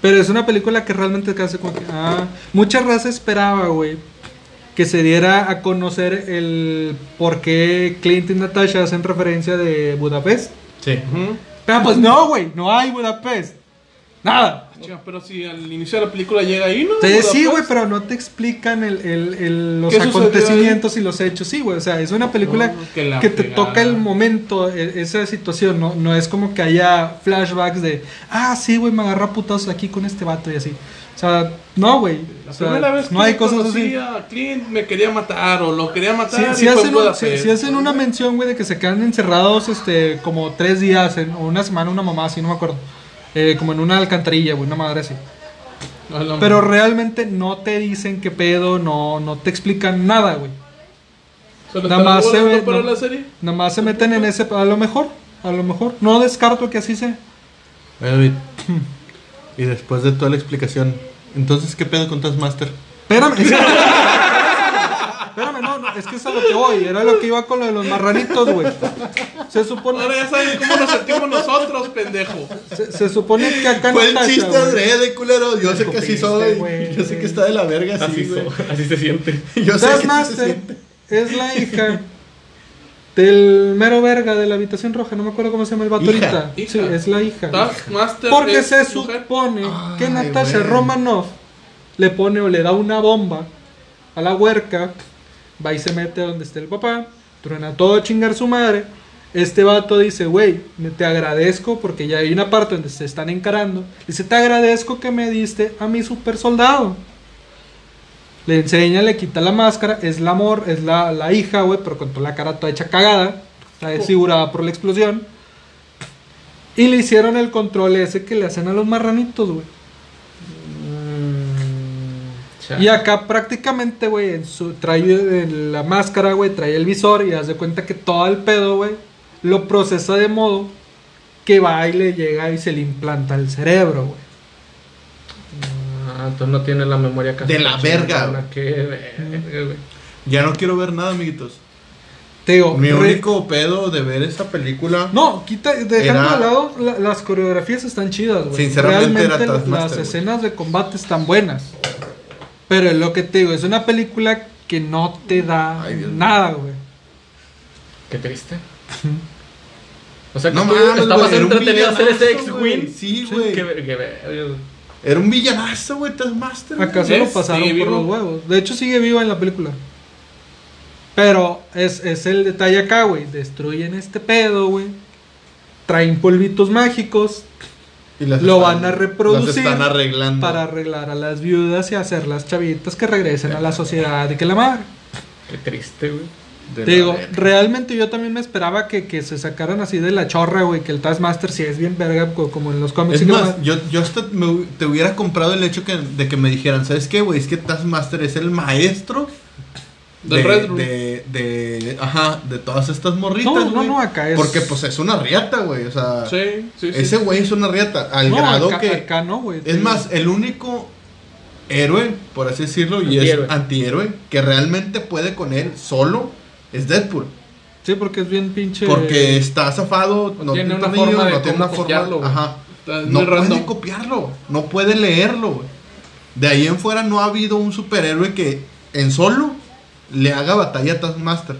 Speaker 1: Pero es una película que realmente casi como que... Ah, mucha raza esperaba, güey. Que se diera a conocer el por qué Clint y Natasha hacen referencia de Budapest.
Speaker 2: Sí.
Speaker 3: Ujú.
Speaker 1: Pero pues no, güey, no hay Budapest. Nada.
Speaker 3: Chica, pero si al inicio de la película llega ahí, ¿no? pues,
Speaker 1: Sí, sí, güey,
Speaker 3: Budapest.
Speaker 1: pero no te explican el, el- el- los
Speaker 3: ¿Qué sucedió
Speaker 1: acontecimientos y los hechos. Sí, güey, o sea, es una película
Speaker 3: No,
Speaker 1: que,
Speaker 3: que la
Speaker 1: te
Speaker 3: fregada.
Speaker 1: toca el momento, e- esa situación, ¿no? No es como que haya flashbacks de, ah, sí, güey, me agarra putazos aquí con este vato y así. O sea, no, güey.
Speaker 3: La
Speaker 1: O sea,
Speaker 3: primera vez que
Speaker 1: no hay
Speaker 3: yo
Speaker 1: cosas
Speaker 3: conocí
Speaker 1: así.
Speaker 3: a Clint me quería matar o lo quería
Speaker 1: Si,
Speaker 3: matar.
Speaker 1: si
Speaker 3: y pues fue
Speaker 1: hacen, un-
Speaker 3: Budapest.
Speaker 1: si- si hacen una mención, güey, de que se quedan encerrados este, como tres días en- o una semana, una mamá así, no me acuerdo. Eh, como en una alcantarilla, güey, una madre así.
Speaker 3: A la-
Speaker 1: Pero realmente no te dicen qué pedo, no, no te explican nada, güey.
Speaker 3: ¿Se lo
Speaker 1: nada
Speaker 3: están
Speaker 1: más se
Speaker 3: guardando
Speaker 1: ve-
Speaker 3: para
Speaker 1: no-
Speaker 3: la serie?
Speaker 1: Nada más se meten en ese, a lo mejor, a lo mejor. No descarto que así sea.
Speaker 2: Oye, David, y después de toda la explicación, entonces, ¿qué pedo con Taskmaster?
Speaker 1: Espérame, es que- espérame, no, no, es que es a lo que voy, era lo que iba con lo de los marranitos, güey. Se supone,
Speaker 3: Ahora ya saben cómo nos sentimos nosotros, pendejo.
Speaker 1: se, se supone que acá
Speaker 2: Fue el
Speaker 1: Natasha,
Speaker 2: chiste
Speaker 1: güey.
Speaker 2: adrede, culero. Yo sé que así soy.
Speaker 1: güey.
Speaker 2: Yo sé que está de la verga así,
Speaker 4: Así,
Speaker 2: güey.
Speaker 4: so- así se siente.
Speaker 2: Yo sé que así se
Speaker 1: Taskmaster
Speaker 2: siente.
Speaker 1: es la hija del mero verga de la habitación roja, no me acuerdo cómo se llama el vato
Speaker 2: Hija,
Speaker 1: ahorita.
Speaker 3: hija.
Speaker 1: Sí, es la hija.
Speaker 3: Taskmaster
Speaker 1: Porque
Speaker 3: es
Speaker 1: se
Speaker 3: eh, mujer. Ah.
Speaker 1: supone que
Speaker 2: Ay,
Speaker 1: Natasha
Speaker 2: güey.
Speaker 1: Romanoff le pone o le da una bomba a la huerca, va y se mete a donde esté el papá, truena todo a chingar su madre. Este vato dice, güey, me- te agradezco porque ya hay una parte donde se están encarando. Dice, te agradezco que me diste a mi super soldado. Le enseña, le quita la máscara, es la amor, es la, la hija, güey, pero con toda la cara toda hecha cagada, está desfigurada por la explosión. Y le hicieron el control ese que le hacen a los marranitos, güey.
Speaker 4: Mm,
Speaker 1: Y acá prácticamente, güey, en su trae eh, la máscara, güey, trae el visor y haz de cuenta que todo el pedo, güey, lo procesa de modo que va y le llega y se le implanta el cerebro, güey.
Speaker 4: Ah, entonces no tiene la memoria casi.
Speaker 2: De la verga, güey.
Speaker 4: Qué verga, güey.
Speaker 2: Ya no quiero ver nada, amiguitos.
Speaker 1: Te digo,
Speaker 2: Mi
Speaker 1: Oh, re-
Speaker 2: único pedo de ver esta película.
Speaker 1: No, quita, dejando
Speaker 2: Era-
Speaker 1: de lado, la- las coreografías están chidas, güey.
Speaker 2: Sinceramente era
Speaker 1: Realmente
Speaker 2: Taskmaster,
Speaker 1: las
Speaker 2: güey.
Speaker 1: escenas de combate están buenas. Pero es lo que te digo, es una película que no te da
Speaker 2: Ay, Dios mío.
Speaker 1: nada, güey.
Speaker 4: Qué triste. O sea, que
Speaker 2: No
Speaker 4: tú
Speaker 2: mames,
Speaker 4: estabas
Speaker 2: güey, era un
Speaker 4: entretenido hacer ese
Speaker 2: villanazo, güey.
Speaker 4: X-Wing.
Speaker 2: Sí, güey.
Speaker 4: Qué ver- qué verga.
Speaker 2: Era un villanazo, güey, Taskmaster. güey.
Speaker 1: Acá se lo
Speaker 3: ¿Ves?
Speaker 1: pasaron
Speaker 3: Sigue
Speaker 1: por
Speaker 3: vivo.
Speaker 1: los huevos. De hecho, sigue viva en la película. Pero es, es el detalle acá, güey. Destruyen este pedo, güey. Traen polvitos mágicos
Speaker 2: Y las
Speaker 1: Lo
Speaker 2: están-
Speaker 1: van a reproducir
Speaker 2: Las están arreglando.
Speaker 1: para arreglar a las viudas y hacer las chavitas que regresen a la sociedad y que la madre.
Speaker 4: Qué triste, güey.
Speaker 2: De
Speaker 1: Te
Speaker 2: la
Speaker 1: digo,
Speaker 2: verga.
Speaker 1: realmente yo también me esperaba que, que se sacaran así de la chorra, güey. Que el Taskmaster sí es bien verga, co- como en los cómics.
Speaker 2: Es
Speaker 1: y que
Speaker 2: más,
Speaker 1: más.
Speaker 2: yo, yo hasta me hu- te hubiera comprado el hecho que, de que me dijeran, ¿sabes qué, güey? Es que Taskmaster es el maestro
Speaker 3: Del Red Bull.
Speaker 2: de, de- ajá, de todas estas morritas,
Speaker 1: No, no,
Speaker 2: güey.
Speaker 1: no, acá es-
Speaker 2: Porque, pues, es una riata, güey, o sea...
Speaker 3: Sí, sí, sí.
Speaker 2: Ese güey es una riata, al
Speaker 1: No,
Speaker 2: grado
Speaker 1: acá,
Speaker 2: que...
Speaker 1: acá no, güey.
Speaker 2: Es más, el único héroe, por así decirlo, y
Speaker 4: Antihéroe.
Speaker 2: es antihéroe, que realmente puede con él solo, es Deadpool.
Speaker 1: Sí, porque es bien pinche.
Speaker 2: Porque está zafado, no
Speaker 4: Tiene
Speaker 2: tiene
Speaker 4: una
Speaker 2: una forma,
Speaker 4: forma de
Speaker 2: no tiene
Speaker 4: cómo
Speaker 2: una forma.
Speaker 4: copiarlo, güey.
Speaker 2: Ajá.
Speaker 3: Está muy
Speaker 2: No
Speaker 3: random.
Speaker 2: puede copiarlo, no puede leerlo. güey. De ahí en fuera no ha habido un superhéroe que en solo le haga batalla a Taskmaster.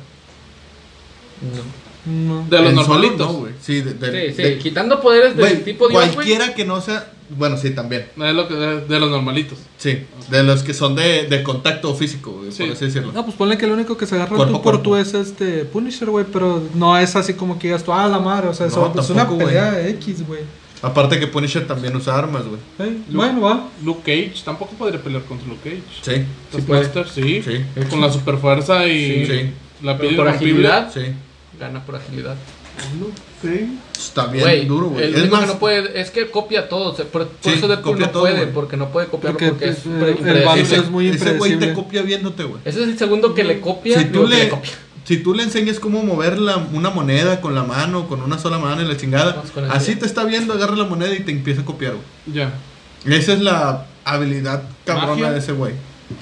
Speaker 1: No.
Speaker 3: De los
Speaker 2: En solo
Speaker 3: normalitos.
Speaker 2: no, güey. sí, de, de-
Speaker 4: Sí, sí,
Speaker 2: de-
Speaker 4: quitando poderes del
Speaker 2: güey,
Speaker 4: tipo Dios, güey.
Speaker 2: cualquiera que no sea, bueno, sí, también.
Speaker 3: Es lo que- de, de los normalitos.
Speaker 2: Sí, de los que son de, de contacto físico, güey,
Speaker 3: Sí.
Speaker 2: por así decirlo.
Speaker 1: No, pues ponle que el único que se agarra
Speaker 2: Cuerpo
Speaker 1: tú
Speaker 2: a
Speaker 1: por
Speaker 2: cuerpo.
Speaker 1: tú es este Punisher, güey, pero no es así como que digas tú, ah, la madre, o sea,
Speaker 2: No,
Speaker 1: eso- es una
Speaker 2: tampoco,
Speaker 1: pelea X, güey.
Speaker 2: Aparte que Punisher también usa armas, güey.
Speaker 1: Ey, bueno, va.
Speaker 3: Luke Cage, tampoco podría pelear contra Luke Cage.
Speaker 2: Sí,
Speaker 3: Taskmaster, sí.
Speaker 2: Sí.
Speaker 3: Con la superfuerza y
Speaker 2: sí, sí.
Speaker 3: la
Speaker 4: Pero
Speaker 3: piel
Speaker 4: por
Speaker 3: irrompible.
Speaker 4: agilidad, gana por agilidad.
Speaker 2: Está bien
Speaker 4: Güey,
Speaker 2: duro, güey.
Speaker 4: el
Speaker 2: Es
Speaker 4: único que
Speaker 2: más,
Speaker 4: no puede, es que copia todo. o sea, por, por
Speaker 2: Sí,
Speaker 4: eso Deadpool
Speaker 2: copia
Speaker 4: no
Speaker 2: todo,
Speaker 4: puede,
Speaker 2: güey.
Speaker 4: porque no puede copiarlo
Speaker 1: Porque
Speaker 4: porque, es
Speaker 1: es,
Speaker 4: súper
Speaker 1: eh, el
Speaker 4: impredecible.
Speaker 1: vato
Speaker 2: ese,
Speaker 1: es muy
Speaker 2: ese güey te
Speaker 1: impredecible.
Speaker 2: copia viéndote, güey.
Speaker 4: Ese es el segundo que le copia.
Speaker 2: Si tú
Speaker 4: digo, que
Speaker 2: le,
Speaker 4: copia.
Speaker 2: si tú le enseñas cómo mover la, una moneda con la mano, con una sola mano y la chingada,
Speaker 4: Vamos con la
Speaker 2: así
Speaker 4: idea.
Speaker 2: te está viendo, agarra la moneda y te empieza a copiar, güey.
Speaker 3: Ya.
Speaker 2: Esa es la habilidad cabrona
Speaker 3: ¿Magia?
Speaker 2: de ese güey.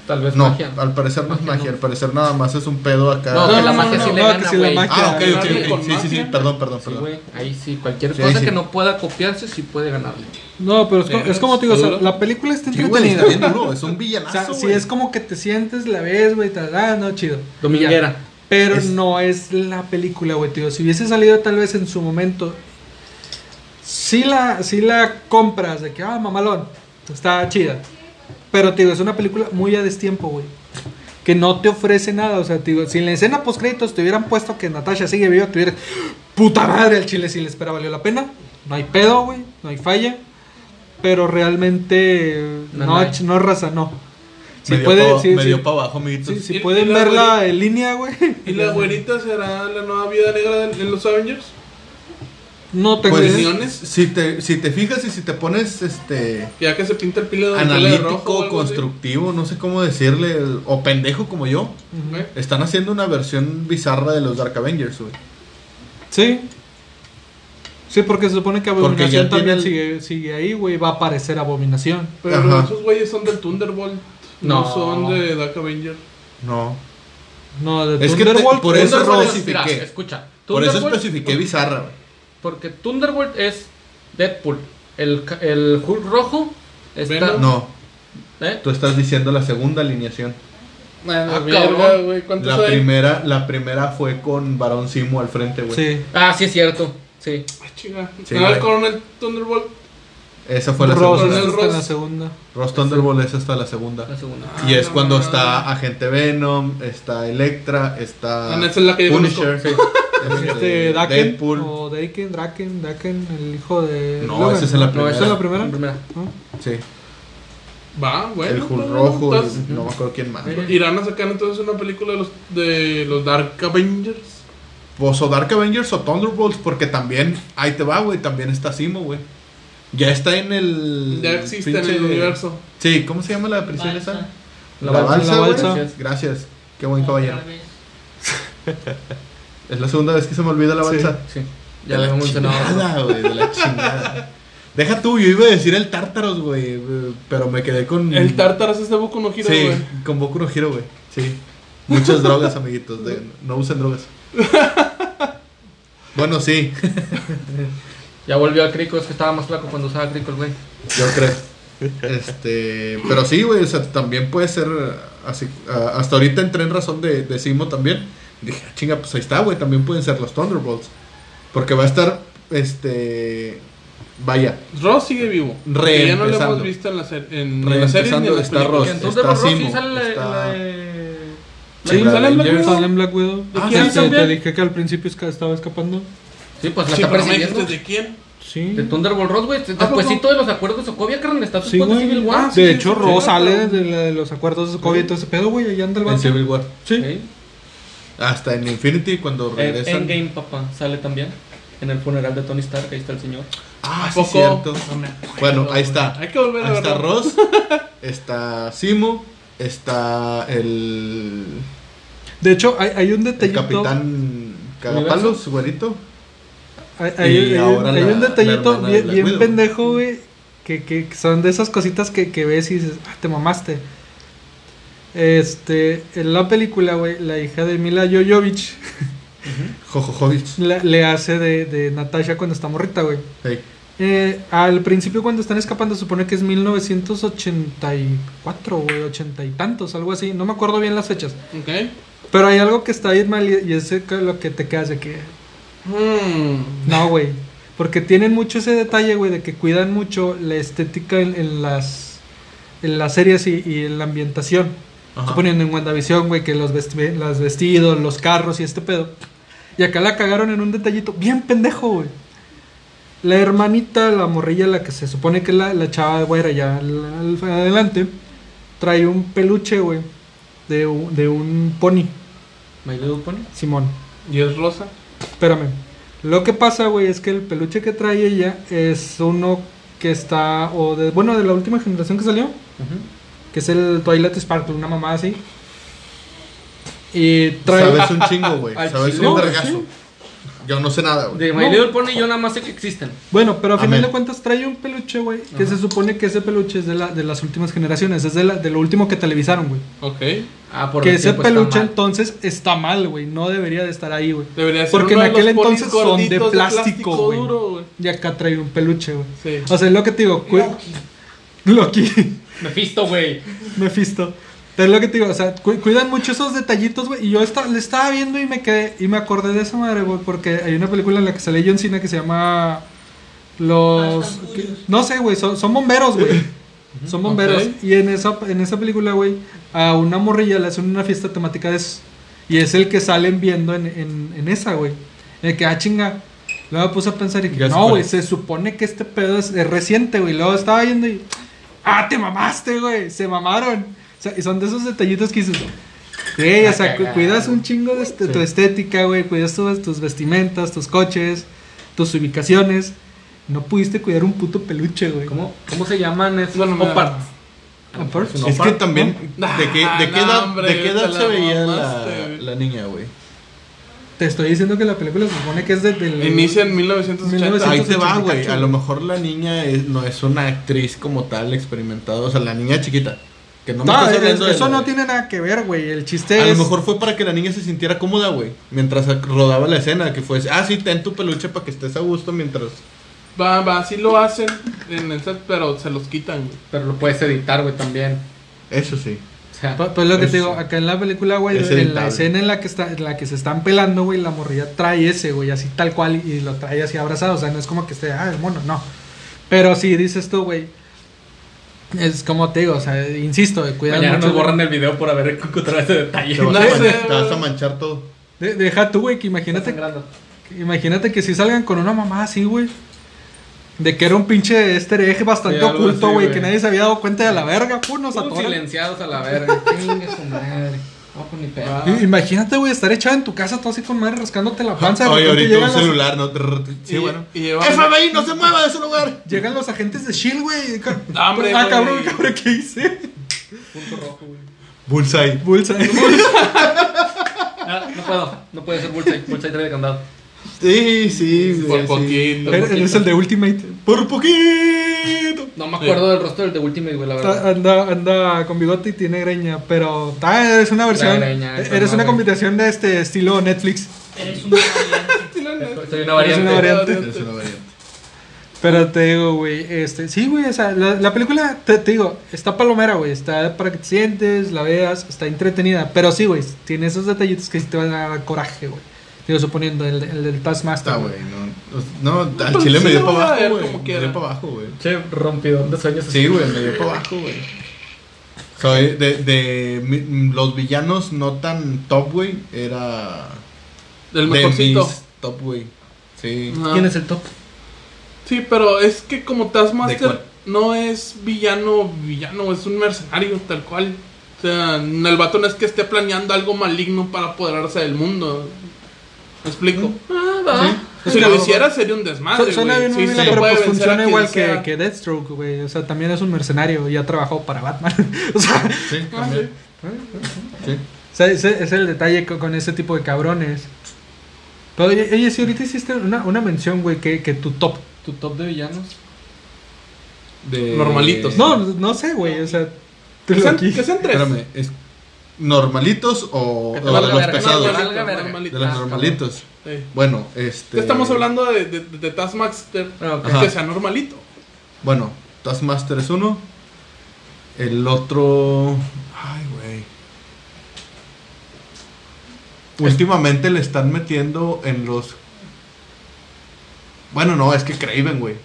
Speaker 4: Tal vez
Speaker 2: No,
Speaker 4: Pues magia.
Speaker 2: al parecer no es magia, al parecer nada más es un pedo acá.
Speaker 4: No, que la
Speaker 1: no,
Speaker 4: magia
Speaker 1: no,
Speaker 4: sí
Speaker 1: no,
Speaker 4: le
Speaker 1: no,
Speaker 4: gana,
Speaker 1: que si la
Speaker 4: güey.
Speaker 1: magia-
Speaker 2: Ah, ok, ok,
Speaker 3: ¿Darle
Speaker 2: ok.
Speaker 3: con
Speaker 2: Sí, sí, sí,
Speaker 3: magia?
Speaker 2: perdón, perdón,
Speaker 4: Sí,
Speaker 2: perdón.
Speaker 4: güey. Ahí sí, cualquier
Speaker 2: Sí,
Speaker 4: cosa
Speaker 2: sí.
Speaker 4: que no pueda copiarse, sí puede ganarle.
Speaker 1: No, pero es, co-
Speaker 3: Pero
Speaker 1: es como te digo, o sea,
Speaker 3: duro.
Speaker 1: la película está
Speaker 2: Sí, güey, está
Speaker 1: entretenida.
Speaker 2: bien duro, es un
Speaker 1: o
Speaker 2: villanazo,
Speaker 1: sea, si
Speaker 2: güey.
Speaker 1: es como que te sientes, la ves, güey, tal, ah, no, chido.
Speaker 4: Dominguera.
Speaker 1: Pero
Speaker 2: Es-
Speaker 1: no es la película, güey, tío. Si hubiese salido tal vez en su momento, si la, sí la compras de que, ah, mamalón, está chida. Pero, tío, es una película muy a destiempo, güey. Que no te ofrece nada, o sea, tío, si en la escena post créditos te hubieran puesto que Natasha sigue viva, te hubieras, puta madre, el chile si la espera valió la pena. No hay pedo, güey, no hay falla. pero realmente eh,
Speaker 4: No,
Speaker 1: no,
Speaker 4: no.
Speaker 1: ch- no, raza, no. Si
Speaker 2: me dio
Speaker 1: puede,
Speaker 2: pa-
Speaker 1: sí,
Speaker 2: me
Speaker 1: sí.
Speaker 2: dio para abajo, amiguitos.
Speaker 1: Sí, si
Speaker 3: Y-
Speaker 1: pueden
Speaker 3: y la
Speaker 1: verla
Speaker 3: güerita-
Speaker 1: en línea, güey.
Speaker 3: ¿Y la güerita será la nueva vida negra de, de los Avengers?
Speaker 1: No tengo
Speaker 2: Pues,
Speaker 1: idea.
Speaker 3: Opiniones.
Speaker 2: si te, si te fijas y si te pones este
Speaker 3: Ya que se pinta el pelo de de rojo o
Speaker 2: analítico,
Speaker 3: algo así.
Speaker 2: constructivo, no sé cómo decirle, o pendejo como yo,
Speaker 3: Ok.
Speaker 2: están haciendo una versión bizarra de los Dark Avengers, güey.
Speaker 1: Sí. Sí, porque se supone que
Speaker 2: Porque
Speaker 1: Abominación
Speaker 2: ya tiene
Speaker 1: también
Speaker 2: el-
Speaker 1: sigue, sigue ahí, güey. Va a aparecer Abominación.
Speaker 3: Pero
Speaker 2: Ajá.
Speaker 3: esos güeyes son del Thunderbolt. No,
Speaker 4: No.
Speaker 3: son de Dark Avenger.
Speaker 2: No.
Speaker 1: No, de
Speaker 2: Es que te-
Speaker 1: Thunderbolt.
Speaker 2: por eso
Speaker 4: Thunderbolt es-
Speaker 2: especifiqué.
Speaker 4: mira, escucha.
Speaker 2: Por eso
Speaker 4: Thunderbolt-
Speaker 2: especifiqué bizarra, güey.
Speaker 4: Porque Thunderbolt es Deadpool. El, ca- el Hulk rojo está.
Speaker 3: Venom.
Speaker 2: No,
Speaker 4: ¿eh?
Speaker 2: tú estás diciendo la segunda alineación.
Speaker 3: Ah,
Speaker 4: cabrón.
Speaker 3: verga, güey. ¿Cuántos
Speaker 2: La
Speaker 3: hay?
Speaker 2: primera, la primera fue con Barón Simo al frente, güey.
Speaker 1: Sí.
Speaker 4: Ah, sí, es cierto. Sí.
Speaker 3: Ah, chinga.
Speaker 2: Sí,
Speaker 3: Ah,
Speaker 2: güey.
Speaker 3: con el Thunderbolt.
Speaker 2: Esa fue la
Speaker 1: Ross
Speaker 2: segunda.
Speaker 3: Coronel
Speaker 1: está en la
Speaker 3: Ross.
Speaker 1: segunda.
Speaker 2: Ross Thunderbolt es hasta la segunda.
Speaker 4: La segunda.
Speaker 2: Y es
Speaker 3: Ah,
Speaker 2: cuando
Speaker 3: no.
Speaker 2: está Agente Venom, está Electra, está
Speaker 3: Ah, no, esa es la que yo Oh.
Speaker 2: Punisher,
Speaker 1: Este,
Speaker 2: este,
Speaker 1: Daken.
Speaker 2: Deadpool.
Speaker 1: O Daken, Draken, Daken, el hijo de.
Speaker 2: No,
Speaker 1: Logan.
Speaker 2: esa es en la
Speaker 1: No,
Speaker 2: primera.
Speaker 1: esa es la primera. Ah.
Speaker 2: Sí,
Speaker 3: Va, bueno.
Speaker 2: el Hulk
Speaker 3: pues,
Speaker 2: rojo, el-
Speaker 3: estás-
Speaker 2: no me acuerdo quién más.
Speaker 4: Eh.
Speaker 3: Irán a sacar entonces una película de los, de los Dark Avengers.
Speaker 2: Pues o Dark Avengers o Thunderbolts, porque también, ahí te va, güey, también está Simo, güey. Ya está en el...
Speaker 3: Ya existe
Speaker 2: pinche-
Speaker 3: en el universo.
Speaker 2: Sí, ¿cómo se llama la prisión
Speaker 8: Balsa.
Speaker 2: esa? La,
Speaker 4: La
Speaker 1: balsa,
Speaker 2: balsa,
Speaker 1: la
Speaker 2: güey.
Speaker 1: balsa.
Speaker 2: Gracias. Gracias, qué buen caballero. Es la segunda vez que se me olvida la
Speaker 1: Sí.
Speaker 2: balsa.
Speaker 4: Sí.
Speaker 2: Ya
Speaker 4: Ya la
Speaker 2: la
Speaker 4: hemos mencionado.
Speaker 2: chingada, güey, de la chingada. Deja tú, yo iba a decir el Tártaros, güey, eh, pero me quedé con...
Speaker 3: El Tartaras es de Boku no Hero,
Speaker 2: Sí,
Speaker 3: güey.
Speaker 2: con Boku no Hero, güey. Sí. Muchas drogas, amiguitos. de- no usen drogas. Bueno, sí,
Speaker 4: Ya volvió a Crico, es que estaba más flaco cuando usaba Crico, el güey.
Speaker 2: yo creo. Este, pero sí, güey, o sea, también puede ser así. ah, hasta ahorita entré en razón de, de Simo también. Dije, "Ah, chinga, pues ahí está, güey, también pueden ser los Thunderbolts. Porque va a estar, este, vaya,
Speaker 3: Ross sigue vivo. Que Ya no lo hemos
Speaker 2: Reempezando.
Speaker 3: visto en la, ser- en la serie ni
Speaker 2: Reempezando
Speaker 3: en las
Speaker 2: está
Speaker 3: películas.
Speaker 2: Ross,
Speaker 4: Porque en
Speaker 2: está
Speaker 4: Thunderbolt Ross sí
Speaker 2: Simo,
Speaker 4: sale la- la
Speaker 2: está...
Speaker 4: de-
Speaker 2: Sí,
Speaker 1: Sí,
Speaker 2: la
Speaker 1: sale
Speaker 2: de
Speaker 1: en Black
Speaker 2: Avengers.
Speaker 1: Widow. Sale en Black Widow.
Speaker 3: ¿De
Speaker 1: Ah,
Speaker 3: quién
Speaker 1: sí, te,
Speaker 4: también?
Speaker 1: te dije que al principio es que estaba escapando.
Speaker 4: Sí, pues la
Speaker 3: Sí,
Speaker 4: está
Speaker 3: pero me
Speaker 4: persiguiendo.
Speaker 3: dijiste de quién.
Speaker 1: Sí.
Speaker 4: De Thunderbolt Ross, güey. Despuésito de los acuerdos de Sokovia, carnal, está
Speaker 1: Sí,
Speaker 4: después de
Speaker 1: güey.
Speaker 4: Civil
Speaker 3: Ah,
Speaker 4: War.
Speaker 3: sí,
Speaker 1: de
Speaker 3: sí,
Speaker 1: hecho,
Speaker 3: sí,
Speaker 1: Ross
Speaker 3: sí,
Speaker 1: sale
Speaker 3: claro.
Speaker 1: de, la- de los acuerdos de Sokovia y todo ese pedo, güey. Allá anda el
Speaker 2: En
Speaker 1: vato.
Speaker 2: Civil War.
Speaker 1: Sí.
Speaker 4: Sí.
Speaker 2: Hasta en Infinity cuando
Speaker 4: En
Speaker 2: regresan.
Speaker 4: Endgame, papá, sale también. En el funeral de Tony Stark, ahí está el señor.
Speaker 2: Ah,
Speaker 3: ¿A
Speaker 2: sí,
Speaker 3: poco?
Speaker 2: cierto.
Speaker 3: No me acuerdo,
Speaker 2: Bueno, ahí
Speaker 3: güey.
Speaker 2: está.
Speaker 3: Hay que volver a
Speaker 2: Ahí está
Speaker 3: verlo.
Speaker 2: Ross, está Simo, está el,
Speaker 1: De hecho, hay, hay un
Speaker 2: el
Speaker 1: detallito.
Speaker 2: capitán Cagapalos, güerito.
Speaker 1: Hay, hay-
Speaker 2: Y
Speaker 1: hay-
Speaker 2: ahora
Speaker 1: hay
Speaker 2: la-
Speaker 1: un
Speaker 2: la
Speaker 1: detallito
Speaker 2: hermana de
Speaker 1: bien,
Speaker 2: Black
Speaker 1: bien
Speaker 2: Widow.
Speaker 1: pendejo, güey. Que, que son de esas cositas que, que ves y dices, ah, te mamaste. Este, en la película, güey, la hija de Mila Jojovich
Speaker 2: Jojojovic.
Speaker 1: la- le hace de, de Natasha cuando está morrita, güey.
Speaker 2: Hey.
Speaker 1: Eh, al principio cuando están escapando se supone que es 1984, güey, ochenta y tantos, algo así, no me acuerdo bien las fechas.
Speaker 3: Ok.
Speaker 1: Pero hay algo que está bien mal y, y es que lo que te quedas de que...
Speaker 3: Hmm.
Speaker 1: No, güey. Porque tienen mucho ese detalle, güey, de que cuidan mucho la estética en, en las en las series y, y en la ambientación. Suponiendo en WandaVision, güey, que los, vesti- las vestidos, los carros y este pedo. Y acá la cagaron en un detallito bien pendejo, güey. La hermanita, la morrilla, la que se supone que es la, la chava de güera ya al- al- adelante, trae un peluche, güey, de, un- de un pony,
Speaker 4: My Little Pony.
Speaker 1: Simón.
Speaker 3: Y es Rosa.
Speaker 1: Espérame. Lo que pasa, güey, es que el peluche que trae ella es uno que está, o de, bueno, de la última generación que salió, que es el Twilight Sparkle, una mamá así. Y trae... ah,
Speaker 2: Sabes un chingo, güey.
Speaker 4: Al
Speaker 2: Sabes
Speaker 4: chile.
Speaker 2: un
Speaker 1: No,
Speaker 2: vergazo.
Speaker 1: sí.
Speaker 2: Yo no sé nada, güey.
Speaker 4: De My
Speaker 1: No.
Speaker 4: Little Pony yo nada más sé que existen.
Speaker 1: Bueno, pero a
Speaker 2: Amén.
Speaker 1: final de cuentas trae un peluche, güey, que se supone que ese peluche es de, la, de las últimas generaciones, es de, la, de lo último que televisaron, güey.
Speaker 3: Ok.
Speaker 4: Ah, por
Speaker 1: Que
Speaker 4: el
Speaker 1: ese
Speaker 4: tiempo está
Speaker 1: peluche
Speaker 4: mal.
Speaker 1: entonces está mal, güey, no debería de estar ahí, güey.
Speaker 3: Debería ser
Speaker 1: Porque
Speaker 3: uno
Speaker 1: en
Speaker 3: de los
Speaker 1: aquel
Speaker 3: ponis
Speaker 1: entonces son de
Speaker 3: gorditos
Speaker 1: plástico, güey.
Speaker 3: duro, güey.
Speaker 1: Y acá trae un peluche, güey.
Speaker 3: Sí.
Speaker 1: O sea, es lo que te digo, cu-
Speaker 8: Loki.
Speaker 1: Loki.
Speaker 4: Mephisto, güey.
Speaker 1: Mephisto. Pero es lo que te digo, o sea, cu- cuidan mucho esos detallitos, güey. Y yo esta- le estaba viendo y me quedé, y me acordé de esa madre, güey, porque hay una película en la que sale John Cena que se llama Los.
Speaker 8: Fast and Furious.
Speaker 1: No sé, güey, son, son bomberos, güey. Son bomberos.
Speaker 3: Ok.
Speaker 1: Y en esa, en esa película, güey, a una morrilla le hacen una fiesta temática de eso. Y es el que salen viendo en, en, en esa, güey. El que, ah, chinga. Luego me puse a pensar y
Speaker 2: Ya
Speaker 1: que
Speaker 2: sé
Speaker 1: no,
Speaker 2: cuál
Speaker 1: güey,
Speaker 2: es.
Speaker 1: se supone que este pedo es, es reciente, güey. Luego estaba yendo y. ¡Ah, te mamaste, güey! Se mamaron. O sea, y son de esos detallitos que dices. Güey, o sea, cu- cuidas un chingo de este- tu estética, güey. Cuidas tu- tus vestimentas, tus coches, tus ubicaciones. No pudiste cuidar un puto peluche, güey.
Speaker 4: ¿Cómo, ¿Cómo se llaman esos?
Speaker 3: Bueno, mira.
Speaker 4: Oparts.
Speaker 1: Aparte.
Speaker 4: No,
Speaker 2: es
Speaker 4: pa-
Speaker 2: que también, ¿de qué, de qué
Speaker 3: Ah, no,
Speaker 2: edad,
Speaker 3: hombre,
Speaker 2: ¿de qué edad
Speaker 3: te
Speaker 2: se
Speaker 3: la
Speaker 2: veía la,
Speaker 3: mamaste, güey.
Speaker 2: la niña, güey?
Speaker 1: Te estoy diciendo que la película se supone que es desde el.
Speaker 3: Inicia en 1980.
Speaker 2: Ahí te va,
Speaker 1: 180
Speaker 2: güey.
Speaker 1: cacho,
Speaker 2: A
Speaker 1: güey.
Speaker 2: lo mejor la niña es- no es una actriz como tal experimentada. O sea, la niña chiquita. Que no, me
Speaker 1: No,
Speaker 2: estás
Speaker 1: es-
Speaker 2: hablando de
Speaker 1: eso
Speaker 2: la-
Speaker 1: no tiene nada que ver, güey. El chiste
Speaker 2: A
Speaker 1: es.
Speaker 2: lo mejor fue para que la niña se sintiera cómoda, güey. Mientras rodaba la escena, que fue, ah, sí, ten tu peluche para que estés a gusto mientras...
Speaker 3: Va, va, sí lo hacen en el set, pero se los quitan, güey.
Speaker 4: Pero lo puedes editar, güey, también.
Speaker 2: Eso sí.
Speaker 4: O sea,
Speaker 1: Pa- Pues lo que te
Speaker 2: Es-
Speaker 1: digo, acá en la película, güey, en
Speaker 2: es
Speaker 1: la
Speaker 2: editable.
Speaker 1: escena en la que está, en la que se están pelando, güey, la morrilla trae ese, güey, así tal cual, y lo trae así abrazado. O sea, no es como que esté, ah, el mono, no. Pero sí, dices tú, güey. Es como te digo, o sea, insisto, de cuidar
Speaker 4: mañana
Speaker 1: mucho,
Speaker 4: nos
Speaker 1: güey.
Speaker 4: borran el video por haber encontrado ese detalle.
Speaker 2: Te vas, a
Speaker 3: No,
Speaker 2: manchar,
Speaker 3: ese-
Speaker 2: te vas a manchar todo.
Speaker 1: De- deja tú, güey, que imagínate,
Speaker 4: Sangrando.
Speaker 1: que- imagínate que si salgan con una mamá así, güey. De que era un pinche este eje bastante
Speaker 3: Sí, algo
Speaker 1: oculto,
Speaker 3: así,
Speaker 1: güey,
Speaker 3: güey.
Speaker 1: que nadie se había dado cuenta de la verga, pum, nos
Speaker 4: Todos
Speaker 1: atoran.
Speaker 4: silenciados a la verga. Chingue su madre. No, pues ni pedo.
Speaker 3: Va.
Speaker 1: I- Imagínate, güey, estar echada en tu casa, todo así con madre, rascándote la panza. de
Speaker 2: Oye,
Speaker 1: repente
Speaker 2: ahorita
Speaker 1: llegan
Speaker 2: un
Speaker 1: las-
Speaker 2: celular, ¿no? Trrr, Sí,
Speaker 3: Y-
Speaker 2: bueno.
Speaker 3: y lleva-
Speaker 2: FBI, no se mueva de ese lugar.
Speaker 1: Llegan los agentes de Shield, E güey. y ca-
Speaker 3: Ah, hombre,
Speaker 1: ah,
Speaker 3: güey.
Speaker 1: cabrón, cabrón, ¿qué hice?
Speaker 4: Punto rojo, güey.
Speaker 2: Bullseye.
Speaker 1: Bullseye.
Speaker 4: Ah, no puedo. No puede ser Bullseye. Bullseye trae de candado.
Speaker 2: Sí, sí, güey,
Speaker 3: Por
Speaker 2: sí.
Speaker 3: poquito.
Speaker 1: Él él es el de Ultimate.
Speaker 2: Por poquito.
Speaker 4: No me acuerdo del rostro del de Ultimate, güey, la verdad.
Speaker 1: Está- Anda, anda con bigote y tiene greña, pero ah, eres una versión. E,
Speaker 4: greña, eso
Speaker 1: eres
Speaker 4: no,
Speaker 1: una
Speaker 4: güey.
Speaker 1: combinación de este estilo Netflix.
Speaker 8: Eres un valiente.
Speaker 4: Soy una
Speaker 1: Es una
Speaker 4: variante.
Speaker 1: variante.
Speaker 2: Es una variante.
Speaker 1: Pero te digo, güey, este, sí, güey, o sea, la, la película, te, te digo, está palomera, güey, está para que te sientes, la veas, está entretenida, pero sí, güey, tiene esos detallitos que sí te van a dar coraje, güey. Digo, suponiendo el, el del Taskmaster.
Speaker 2: Está,
Speaker 1: güey.
Speaker 2: güey. No, no, al
Speaker 3: pues
Speaker 2: chile
Speaker 3: sí
Speaker 2: me dio
Speaker 3: lo voy a
Speaker 2: para
Speaker 3: ver
Speaker 2: abajo,
Speaker 3: como
Speaker 2: güey. Me
Speaker 3: quiera.
Speaker 2: dio para abajo, güey.
Speaker 4: Che, rompidón de sueños.
Speaker 2: Sí, güey, me dio para abajo, güey. Soy de, de mi- los villanos no tan top, güey. Era.
Speaker 3: Del
Speaker 2: de
Speaker 3: mejorcito. Ah,
Speaker 2: mis top, güey. Sí.
Speaker 3: Ajá.
Speaker 4: ¿Quién es el top?
Speaker 3: Sí, pero es que como
Speaker 2: ¿De cuál?
Speaker 3: Taskmaster no es villano, villano, es un mercenario tal cual. O sea, el vato no es que esté planeando algo maligno para apoderarse del mundo. ¿Me explico?
Speaker 4: Ah, va.
Speaker 3: Si lo hiciera sería un desmadre.
Speaker 1: Su- Suena
Speaker 3: Ah, güey.
Speaker 1: bien,
Speaker 3: Sí,
Speaker 1: mamila,
Speaker 3: sí,
Speaker 1: pero
Speaker 3: puede
Speaker 1: pues
Speaker 3: vencer a
Speaker 1: funciona
Speaker 3: quien
Speaker 1: igual que,
Speaker 3: sea.
Speaker 1: que Deathstroke, güey. O sea, también es un mercenario y ha trabajado para Batman. o sea,
Speaker 2: Sí,
Speaker 3: Ah, sí.
Speaker 2: también. Sí.
Speaker 1: o sea, ese es el detalle co- con, ese tipo de cabrones. Pero, oye, oye, sí, ahorita hiciste una, una mención, güey, que, que tu top.
Speaker 4: ¿Tu top de villanos?
Speaker 2: De-
Speaker 3: Normalitos.
Speaker 1: No, no sé, güey, o sea, te
Speaker 3: Que
Speaker 1: lo
Speaker 3: sean-
Speaker 1: aquí.
Speaker 3: que sean tres.
Speaker 2: Espérame, es normalitos o,
Speaker 4: Que te
Speaker 2: o
Speaker 4: valga
Speaker 2: de los
Speaker 4: verga.
Speaker 3: No,
Speaker 2: pesados.
Speaker 3: no, no,
Speaker 4: Valga verga.
Speaker 3: normalito.
Speaker 2: de los
Speaker 4: Ah,
Speaker 2: normalitos.
Speaker 3: Sí.
Speaker 2: Bueno, este.
Speaker 3: Estamos hablando de, de, de, de Taskmaster,
Speaker 4: Ah, ok.
Speaker 3: que sea normalito.
Speaker 2: Bueno, Taskmaster es uno. El otro. Ay, güey. Últimamente le están metiendo en los. Bueno, no, es que Craven, güey.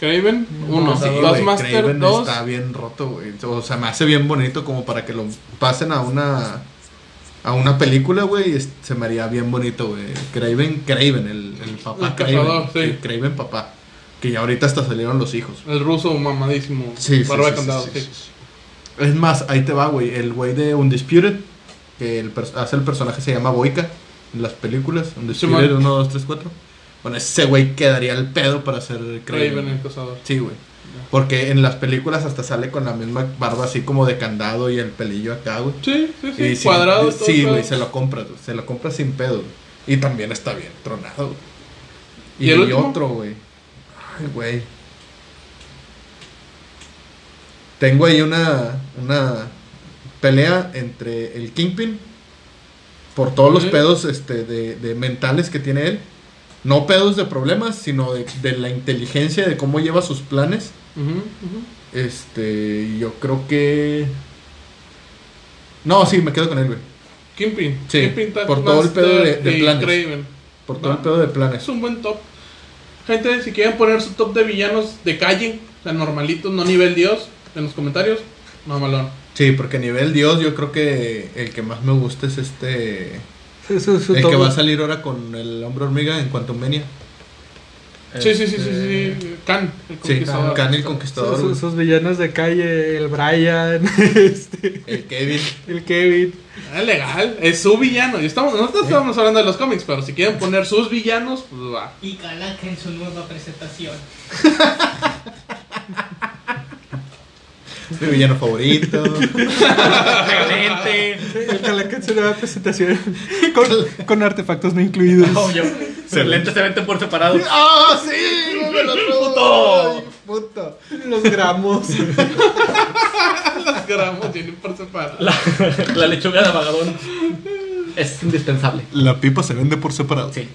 Speaker 3: Craven, uno.
Speaker 4: no, sí, güey,
Speaker 3: Taskmaster,
Speaker 2: Craven
Speaker 3: dos.
Speaker 2: está bien roto, güey. O sea, me hace bien bonito como para que lo pasen a una. A una película, güey, es- se me haría bien bonito, güey. Craven, Craven, el, el papá
Speaker 3: El
Speaker 2: Craven.
Speaker 3: cazador, sí.
Speaker 2: El Craven papá. Que ya ahorita hasta salieron los hijos.
Speaker 3: El ruso mamadísimo.
Speaker 2: Sí, sí,
Speaker 3: barba
Speaker 2: sí,
Speaker 3: de
Speaker 2: sí,
Speaker 3: candado,
Speaker 2: sí,
Speaker 3: sí.
Speaker 2: sí, sí. Es más, ahí te va, güey. El güey de Undisputed, que el pers- hace el personaje, se llama Boica en las películas. Undisputed
Speaker 3: Simón.
Speaker 2: 1, 2, 3, 4. Bueno, ese güey quedaría el pedo para ser
Speaker 3: Craven,
Speaker 2: Craven.
Speaker 3: el cazador.
Speaker 2: Sí, güey. Porque en las películas hasta sale con la misma barba así como de candado y el pelillo acá, güey.
Speaker 3: Sí, sí, sí.
Speaker 2: Y sin-
Speaker 3: cuadrado. todo
Speaker 2: Sí, güey,
Speaker 3: cuadrado.
Speaker 2: se lo compras, güey, se lo compras sin pedo. güey. Y también está bien tronado. güey. Y,
Speaker 3: ¿Y el último?
Speaker 2: otro, güey. Ay, güey. Tengo ahí una, una pelea entre el Kingpin por todos los
Speaker 3: Ujú.
Speaker 2: pedos este, de, de mentales que tiene él. No pedos de problemas, sino de, de la inteligencia, de cómo lleva sus planes.
Speaker 3: Ujú, ujú.
Speaker 2: Este, yo creo que... No, sí, me quedo con él, güey.
Speaker 3: Kingpin.
Speaker 2: Sí,
Speaker 3: Kingpin
Speaker 2: por todo el
Speaker 3: Taskmaster
Speaker 2: pedo de- de
Speaker 3: y
Speaker 2: planes.
Speaker 3: Craven.
Speaker 2: Por todo el
Speaker 3: Va.
Speaker 2: pedo de planes.
Speaker 3: Es un buen top. Gente, si quieren poner su top de villanos de calle, o sea, normalitos, no nivel Dios, en los comentarios, mamalón.
Speaker 2: Sí, porque a nivel Dios yo creo que el que más me gusta es este...
Speaker 1: Su- su- su
Speaker 2: el
Speaker 1: top.
Speaker 2: que va a salir ahora con el hombre hormiga en cuanto menia.
Speaker 3: Sí, sí, sí, sí, sí. sí. Khan, el
Speaker 2: Este, Sí,
Speaker 3: conquistador.
Speaker 2: Khan el
Speaker 1: Sus,
Speaker 2: Conquistador,
Speaker 1: sus-
Speaker 2: güey.
Speaker 1: sus villanos de calle, el Brian, este,
Speaker 2: el Kevin.
Speaker 1: el Kevin.
Speaker 3: Ah, legal, es su villano. Y estamos, nosotros estábamos hablando de los cómics, pero si quieren poner sus villanos, pues va.
Speaker 8: Y Calaca en su nueva presentación.
Speaker 2: Mi villano favorito.
Speaker 4: Excelente.
Speaker 1: El Calacat se da presentación con, con artefactos no incluidos.
Speaker 4: Obvio. Excelente, se vende por separado.
Speaker 2: ¡Ah, sí! ¡Me lo
Speaker 4: Puto.
Speaker 2: Ay, puto.
Speaker 1: Los gramos.
Speaker 3: Las gramos tienen por separado.
Speaker 4: La, la lechuga de vagadón es indispensable.
Speaker 2: La pipa se vende por separado.
Speaker 4: Sí.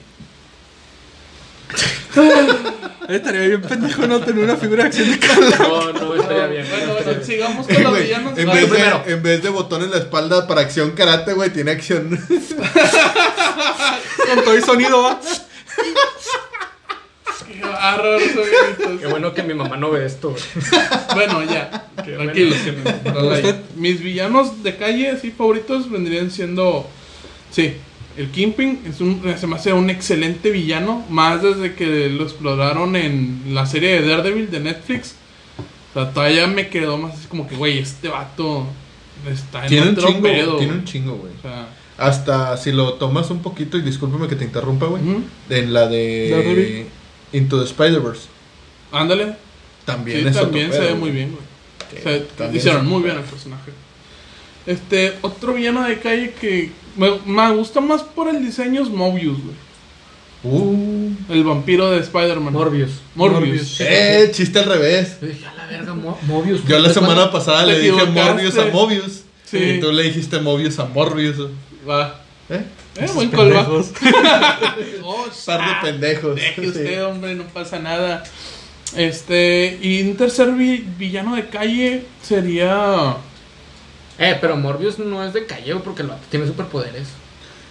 Speaker 1: Estaría bien pendejo no tener una figura de acción de
Speaker 4: No, no estaría bien.
Speaker 3: Bueno,
Speaker 4: no estaría
Speaker 3: bueno,
Speaker 4: bien.
Speaker 3: sigamos
Speaker 2: Eh,
Speaker 3: con los
Speaker 2: güey,
Speaker 3: villanos.
Speaker 2: en,
Speaker 3: Ay,
Speaker 2: vez
Speaker 4: primero.
Speaker 2: de, en vez de botón en la espalda para acción karate, güey, tiene acción.
Speaker 1: con todo y sonido, va.
Speaker 3: qué bárbaro, sobrinos.
Speaker 4: Qué bueno que mi mamá no ve esto. güey.
Speaker 3: Bueno, ya.
Speaker 4: Qué
Speaker 3: Tranquilos.
Speaker 4: bueno que mi mamá-
Speaker 3: Dale ahí.
Speaker 1: Usted-
Speaker 3: Mis villanos de calle, sí, favoritos, vendrían siendo. Sí, el Kingpin es un, se me hace un excelente villano. Más desde que lo exploraron en la serie de Daredevil de Netflix. O sea, todavía me quedó más así como que, güey, este vato está en
Speaker 2: Tiene un
Speaker 3: otro
Speaker 2: chingo,
Speaker 3: pedo.
Speaker 2: güey, tiene un chingo, güey.
Speaker 3: o sea,
Speaker 2: Hasta si lo tomas un poquito, y discúlpame que te interrumpa, güey.
Speaker 3: ujú,
Speaker 2: En la de
Speaker 1: Daredevil.
Speaker 2: Into the Spider-Verse.
Speaker 3: ándale.
Speaker 2: También
Speaker 3: Sí,
Speaker 2: es otro
Speaker 3: también se
Speaker 2: pedo,
Speaker 3: ve
Speaker 2: güey.
Speaker 3: muy bien, güey.
Speaker 2: Sí,
Speaker 3: O sea,
Speaker 2: también es
Speaker 3: hicieron
Speaker 2: otro
Speaker 3: muy
Speaker 2: pedo.
Speaker 3: bien al personaje. Este, otro villano de calle que me, me gusta más por el diseño es Mobius, güey.
Speaker 2: Uh,
Speaker 3: El vampiro de Spider-Man.
Speaker 4: Morbius.
Speaker 3: Morbius.
Speaker 1: Morbius.
Speaker 2: eh, chiste al revés.
Speaker 4: Yo dije, a la verga, Mo- Morbius.
Speaker 2: Yo la semana pasada
Speaker 3: Te
Speaker 2: le dije
Speaker 3: equivocaste.
Speaker 2: Morbius a Mobius.
Speaker 3: Sí.
Speaker 2: Y tú le dijiste Mobius a Morbius.
Speaker 3: Va.
Speaker 2: ¿Eh?
Speaker 3: Eh, buen callback. Oh,
Speaker 2: Par de pendejos.
Speaker 3: deje
Speaker 2: Sí.
Speaker 3: usted, hombre, no pasa nada. Este, y un tercer vi- villano de calle sería.
Speaker 4: Eh, pero Morbius no es de calle güey, porque el vato tiene superpoderes.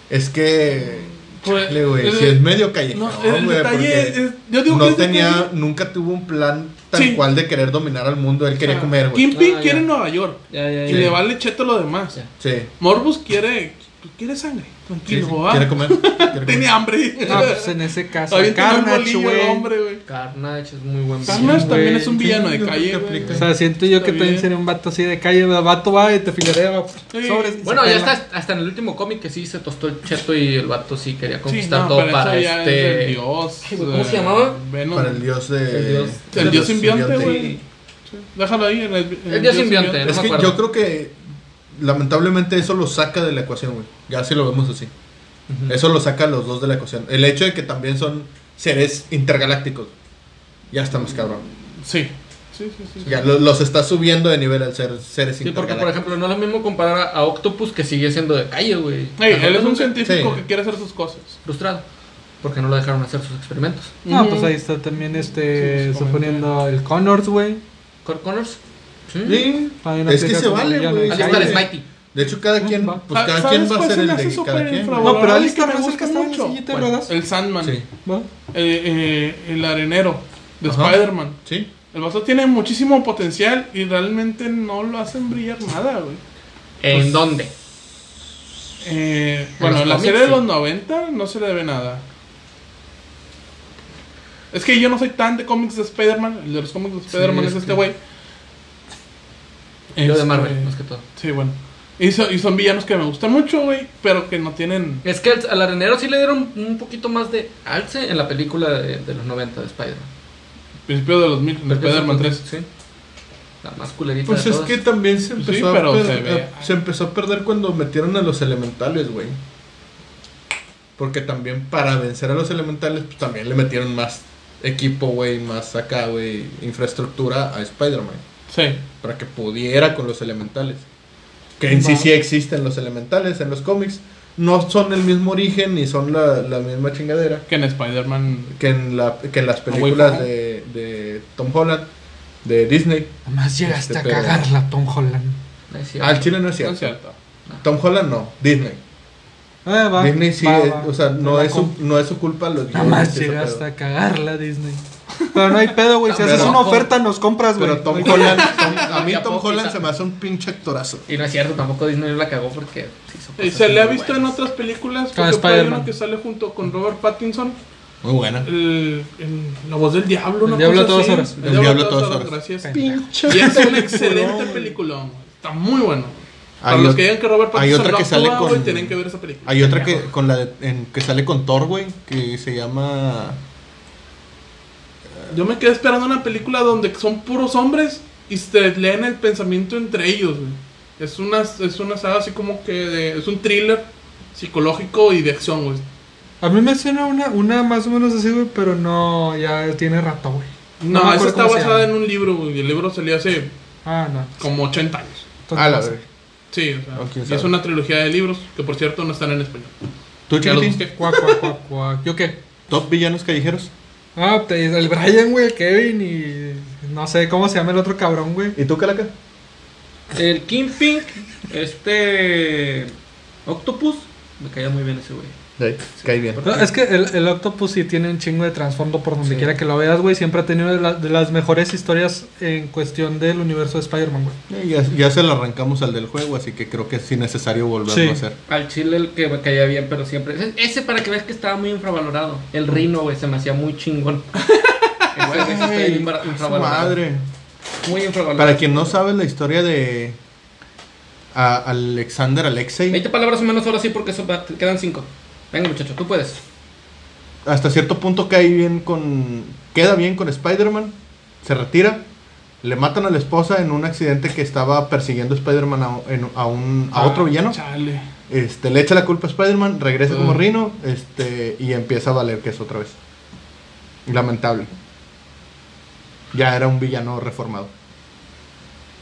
Speaker 2: Es que.
Speaker 3: Pues,
Speaker 2: chale, güey,
Speaker 3: el-
Speaker 2: si es medio callejón,
Speaker 3: No, el
Speaker 2: güey,
Speaker 3: detalle es,
Speaker 2: porque
Speaker 3: es- Yo digo que
Speaker 2: no
Speaker 3: es de
Speaker 2: tenía,
Speaker 3: calle.
Speaker 2: nunca tuvo un plan tal
Speaker 3: Sí.
Speaker 2: cual de querer dominar al mundo. Él quería
Speaker 3: Ah,
Speaker 2: comer, güey.
Speaker 3: Kingpin
Speaker 4: Ah,
Speaker 3: quiere
Speaker 4: ya.
Speaker 3: Nueva York.
Speaker 4: Ya, ya,
Speaker 3: Y le vale cheto lo demás.
Speaker 4: Ya.
Speaker 2: Sí.
Speaker 3: Morbus quiere. Quiere sangre.
Speaker 2: sí,
Speaker 3: Tranquilo,
Speaker 2: sí,
Speaker 3: va.
Speaker 2: Quiere comer. quiere
Speaker 3: Tiene
Speaker 2: comer.
Speaker 3: hambre.
Speaker 1: Ah, pues en ese caso,
Speaker 3: Todavía tiene un
Speaker 1: Carnage,
Speaker 3: bolillo el
Speaker 1: güey.
Speaker 3: hombre, güey.
Speaker 4: Carnage es muy buen
Speaker 3: Carnage
Speaker 1: Sí,
Speaker 3: también
Speaker 1: güey.
Speaker 3: es un villano
Speaker 2: Sí,
Speaker 3: de
Speaker 2: yo creo
Speaker 3: calle,
Speaker 2: que
Speaker 3: güey.
Speaker 2: aplica.
Speaker 1: O sea, siento yo
Speaker 3: Está
Speaker 1: que también
Speaker 3: bien.
Speaker 1: sería un vato así de calle, va, vato va y te filerea, va,
Speaker 3: Sí.
Speaker 1: sobres y
Speaker 4: Bueno,
Speaker 1: se
Speaker 4: ya
Speaker 1: pela.
Speaker 4: está hasta en el último cómic que sí se tostó el cheto y el vato sí quería
Speaker 3: Sí,
Speaker 4: conquistar
Speaker 3: no,
Speaker 4: todo
Speaker 3: pero
Speaker 4: para
Speaker 3: eso ya es
Speaker 4: este.
Speaker 3: el dios.
Speaker 4: Ay, güey, ¿cómo se
Speaker 3: eh,
Speaker 4: llamaba?
Speaker 3: Venom.
Speaker 2: Para el dios de.
Speaker 4: El dios-
Speaker 3: El
Speaker 2: del
Speaker 3: dios simbionte,
Speaker 2: simbionte.
Speaker 3: güey. Sí, Déjalo ahí. En el, en
Speaker 4: El dios simbionte, ¿no?
Speaker 2: Es
Speaker 4: me
Speaker 2: que
Speaker 4: acuerdo.
Speaker 2: yo creo que lamentablemente eso lo saca de la ecuación, güey. Ya si lo vemos así.
Speaker 4: Ujú.
Speaker 2: Eso lo saca a los dos de la ecuación. El hecho de que también son seres intergalácticos. Ya está más cabrón.
Speaker 3: Sí. Sí, sí, sí. sí.
Speaker 2: Ya lo- los está subiendo de nivel al ser seres
Speaker 4: Sí, porque por
Speaker 2: intergalácticos.
Speaker 4: ejemplo no es lo mismo comparar a, a Octopus que sigue siendo de calle, güey.
Speaker 3: Ey,
Speaker 4: Ajá,
Speaker 3: él es un
Speaker 4: nunca-
Speaker 3: científico
Speaker 2: sí.
Speaker 3: que quiere hacer sus cosas.
Speaker 4: frustrado porque no lo dejaron hacer sus experimentos.
Speaker 1: No,
Speaker 3: Ujú.
Speaker 1: pues ahí está también este,
Speaker 3: Sí, pues,
Speaker 1: suponiendo el Connors, güey.
Speaker 4: Cor Connors. Sí.
Speaker 2: Sí.
Speaker 1: También
Speaker 2: Es que
Speaker 1: aplica
Speaker 2: se
Speaker 1: como
Speaker 2: vale,
Speaker 1: villano
Speaker 2: güey.
Speaker 1: de
Speaker 4: Así
Speaker 2: Ahí
Speaker 4: está
Speaker 1: calle.
Speaker 4: el
Speaker 2: es
Speaker 4: Smitey.
Speaker 2: De hecho, cada
Speaker 4: Mm,
Speaker 2: quien,
Speaker 1: Va.
Speaker 2: pues cada
Speaker 3: ¿Sabes
Speaker 2: quien va
Speaker 3: cuál
Speaker 2: a ser
Speaker 3: se me
Speaker 2: el
Speaker 3: hace
Speaker 2: de
Speaker 3: súper
Speaker 2: cada quien. güey.
Speaker 3: infravalorado?
Speaker 1: No, pero ahí
Speaker 3: Es que
Speaker 1: está
Speaker 3: me
Speaker 1: más el
Speaker 3: gusta
Speaker 1: que está en
Speaker 3: mucho.
Speaker 1: sillita de
Speaker 4: ¿Cuál?
Speaker 1: ruedas.
Speaker 3: El Sandman.
Speaker 2: Sí.
Speaker 1: Va.
Speaker 3: Eh, eh, el arenero de
Speaker 2: Ajá.
Speaker 3: Spider-Man.
Speaker 2: Sí.
Speaker 3: El vaso tiene muchísimo potencial y realmente no lo hacen brillar nada, güey.
Speaker 4: ¿En
Speaker 2: Pues
Speaker 4: dónde?
Speaker 3: Eh,
Speaker 4: En
Speaker 3: bueno,
Speaker 4: los
Speaker 3: en la
Speaker 4: cómics,
Speaker 3: serie de
Speaker 4: sí.
Speaker 3: los 90 no se le debe nada. Es que yo no soy tan de cómics de Spider-Man. El de los cómics de Spider-Man
Speaker 4: es
Speaker 3: es este
Speaker 4: que-
Speaker 3: güey.
Speaker 4: Yo de
Speaker 3: Este,
Speaker 4: Marvel, más que todo.
Speaker 3: Sí, bueno. Y, so- y son villanos que me gustan mucho, güey, pero que no tienen...
Speaker 4: Es que al, al arenero sí le dieron un poquito más de alce en la película de, de los 90 de Spider-Man.
Speaker 3: Principio de los mil, en Spider-Man 3.
Speaker 4: Sí. La más culerita
Speaker 2: Pues
Speaker 4: de
Speaker 2: es
Speaker 4: todas.
Speaker 2: que también se empezó,
Speaker 3: Sí,
Speaker 2: a
Speaker 3: pero
Speaker 2: per-
Speaker 3: se ve.
Speaker 2: a- se empezó a perder cuando metieron a los elementales, güey. Porque también para vencer a los elementales, pues también le metieron más equipo, güey, más acá, güey, infraestructura a Spider-Man.
Speaker 3: Sí.
Speaker 2: Para que pudiera con los elementales. Que en sí sí existen los elementales en los cómics. No son el mismo origen ni son la, la misma chingadera
Speaker 3: Que en Spider-Man...
Speaker 2: que en, la, que en las
Speaker 3: Away
Speaker 2: películas
Speaker 3: from Home.
Speaker 2: de, de Tom Holland, de Disney.
Speaker 1: Además llegaste
Speaker 2: Este
Speaker 1: a
Speaker 2: pedo.
Speaker 1: cagarla, Tom Holland.
Speaker 4: No es cierto.
Speaker 2: Al Ah, chile no es
Speaker 3: No
Speaker 2: cierto.
Speaker 3: es cierto.
Speaker 2: Tom Holland no, Disney.
Speaker 1: Ah, va,
Speaker 2: Disney sí,
Speaker 1: va,
Speaker 2: es-
Speaker 1: va.
Speaker 2: o sea, no
Speaker 1: Va
Speaker 2: es, su,
Speaker 1: con-
Speaker 2: no es su culpa los
Speaker 1: Nada más
Speaker 2: guiones y ese
Speaker 1: llegaste
Speaker 2: pedo.
Speaker 1: a cagarla, Disney. Pero no hay pedo, güey. Si
Speaker 4: Pero-
Speaker 1: haces una oferta, nos compras, güey.
Speaker 2: Pero Tom
Speaker 1: No hay-
Speaker 2: Holland, Tom- a mí
Speaker 4: Ya
Speaker 2: Tom
Speaker 4: poco,
Speaker 2: Holland
Speaker 4: quizá.
Speaker 2: se me hace un pinche actorazo.
Speaker 4: Y no es cierto, tampoco Disney la cagó porque hizo
Speaker 3: Y
Speaker 4: cosas
Speaker 3: se le ha
Speaker 4: muy
Speaker 3: visto en
Speaker 4: buenas. Ah,
Speaker 3: otras películas
Speaker 1: Con
Speaker 3: porque pues, fue
Speaker 1: Spider-Man.
Speaker 3: uno que sale junto con Robert Pattinson
Speaker 2: Muy buena.
Speaker 3: El- el- Eh, la voz del diablo,
Speaker 1: El
Speaker 3: una
Speaker 1: diablo
Speaker 3: cosa
Speaker 1: a todas
Speaker 3: así.
Speaker 1: horas.
Speaker 3: El, diablo a todas horas. Gracias.
Speaker 1: Pinche.
Speaker 3: Y es un excelente peliculón. güey. Está muy bueno. Para
Speaker 2: Hay
Speaker 3: los
Speaker 2: ot-
Speaker 3: que digan que Robert
Speaker 2: hay
Speaker 3: Pattinson
Speaker 2: otra
Speaker 3: no
Speaker 2: que
Speaker 3: actúa,
Speaker 2: sale con-
Speaker 3: güey, tienen que ver esa película.
Speaker 2: Hay otra que con la de- en- que sale con Thor, güey, que se llama
Speaker 3: Yo me quedé esperando una película donde son puros hombres y se leen el pensamiento entre ellos, güey. Es una, es una saga así como que de- es un thriller psicológico y de acción, güey.
Speaker 1: A mí me suena una, una más o menos así, güey, pero no, ya tiene rato, güey.
Speaker 3: No,
Speaker 1: me
Speaker 3: esa
Speaker 1: acuerdo
Speaker 3: está
Speaker 1: cómo se
Speaker 3: basada en
Speaker 1: llama.
Speaker 3: un libro, güey. y El libro salió hace
Speaker 1: Ah, no.
Speaker 3: como 80 años.
Speaker 2: A Ah, la
Speaker 1: Entonces,
Speaker 2: verga.
Speaker 3: Sí, o sea,
Speaker 2: O quién
Speaker 3: y es
Speaker 2: sabe.
Speaker 3: una trilogía de libros que por cierto no están en español.
Speaker 2: ¿Tú,
Speaker 3: Ya los
Speaker 2: Chiquitín?
Speaker 3: busqué.
Speaker 1: Cuac, cuac, cuac, cuac. ¿Yo qué?
Speaker 2: Top villanos callejeros.
Speaker 1: Ah, te- el Brian, güey, el Kevin y. No sé cómo se llama el otro cabrón, güey.
Speaker 2: ¿Y tú, Calaca?
Speaker 4: El King Pink, este. Octopus. Me caía muy bien ese güey.
Speaker 2: Cae bien.
Speaker 1: No, es que el, el Octopus sí tiene un chingo de trasfondo por donde quiera que lo veas, güey. Siempre ha tenido de, la- de las mejores historias en cuestión del universo de Spider-Man, güey.
Speaker 2: Eh, Ya, ya se lo arrancamos al del juego, así que creo que es innecesario volverlo
Speaker 1: Sí.
Speaker 2: a hacer.
Speaker 4: Al chile el que me caía bien, pero siempre. Mm. Ese, ese para que veas que estaba muy infravalorado. El Rino, güey, se me hacía muy chingón. Ese güey sí está
Speaker 2: Ay,
Speaker 4: bien infra-
Speaker 2: su
Speaker 4: infravalorado.
Speaker 2: madre.
Speaker 4: Muy infravalorado.
Speaker 2: Para quien no sabe la historia de a- Alexander Alexei,
Speaker 4: 20 palabras o menos ahora sí, porque eso va- te quedan 5. Venga, muchacho, tú puedes.
Speaker 2: hasta cierto punto cae bien con. queda bien con Spider-Man, se retira, le matan a la esposa en un accidente que estaba persiguiendo Spider-Man a, en- a un, a otro
Speaker 3: Ah,
Speaker 2: villano.
Speaker 3: Chale.
Speaker 2: Este, le echa la culpa a Spider-Man, regresa como
Speaker 3: Mm.
Speaker 2: Rino, este, y empieza a valer que es otra vez. Lamentable. Ya era un villano reformado.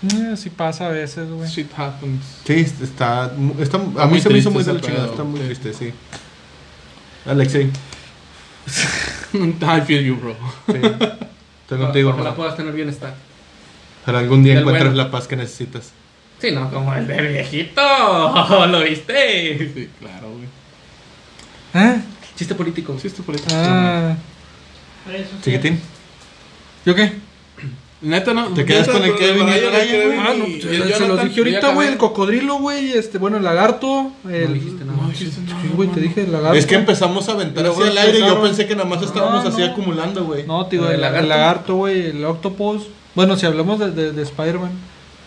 Speaker 1: Eh, sí pasa a veces, güey.
Speaker 3: Shit happens.
Speaker 2: Sí, está, mu- está- a mí
Speaker 3: muy
Speaker 2: se me hizo
Speaker 3: triste
Speaker 2: muy
Speaker 3: ese
Speaker 2: de la chingada,
Speaker 3: pedo.
Speaker 2: está muy triste, sí. Alexei,
Speaker 3: I feel you, bro.
Speaker 2: sí. Estoy contigo,
Speaker 4: Para que la
Speaker 2: hermano.
Speaker 4: puedas tener bienestar.
Speaker 2: Ojalá algún día
Speaker 4: Del
Speaker 2: encuentres
Speaker 4: bueno.
Speaker 2: la paz que necesitas.
Speaker 4: Sí, no, como el del viejito. ¿Lo viste?
Speaker 3: Sí, claro, güey. Pues
Speaker 1: ¿Eh?
Speaker 4: Chiste político.
Speaker 3: Sí, esto por ahí.
Speaker 1: Ah,
Speaker 2: Chiquitín.
Speaker 1: ¿Yo qué?
Speaker 3: Neta, no.
Speaker 2: Te quedas
Speaker 3: neta,
Speaker 2: con el Kevin y el Ryan, güey.
Speaker 1: Ah, no,
Speaker 3: y-
Speaker 1: pues,
Speaker 3: y el
Speaker 1: se los
Speaker 3: Jonathan,
Speaker 1: dije
Speaker 3: ya
Speaker 1: ahorita, güey. El
Speaker 3: acabé.
Speaker 1: cocodrilo, güey. Este, bueno, el lagarto. El...
Speaker 4: dijiste nada.
Speaker 3: No dijiste nada,
Speaker 1: Sí, güey, te
Speaker 3: mano.
Speaker 1: dije el lagarto.
Speaker 2: Es que empezamos a aventar
Speaker 1: Luego
Speaker 2: hacia el aire y yo
Speaker 1: empezaron.
Speaker 2: pensé que nada más estábamos
Speaker 1: No,
Speaker 2: así
Speaker 1: no.
Speaker 2: acumulando, güey.
Speaker 1: No, tío, el,
Speaker 4: El
Speaker 1: el
Speaker 4: lagarto.
Speaker 1: lagarto, güey. El octopus. Bueno, si hablamos de, de, de Spider-Man.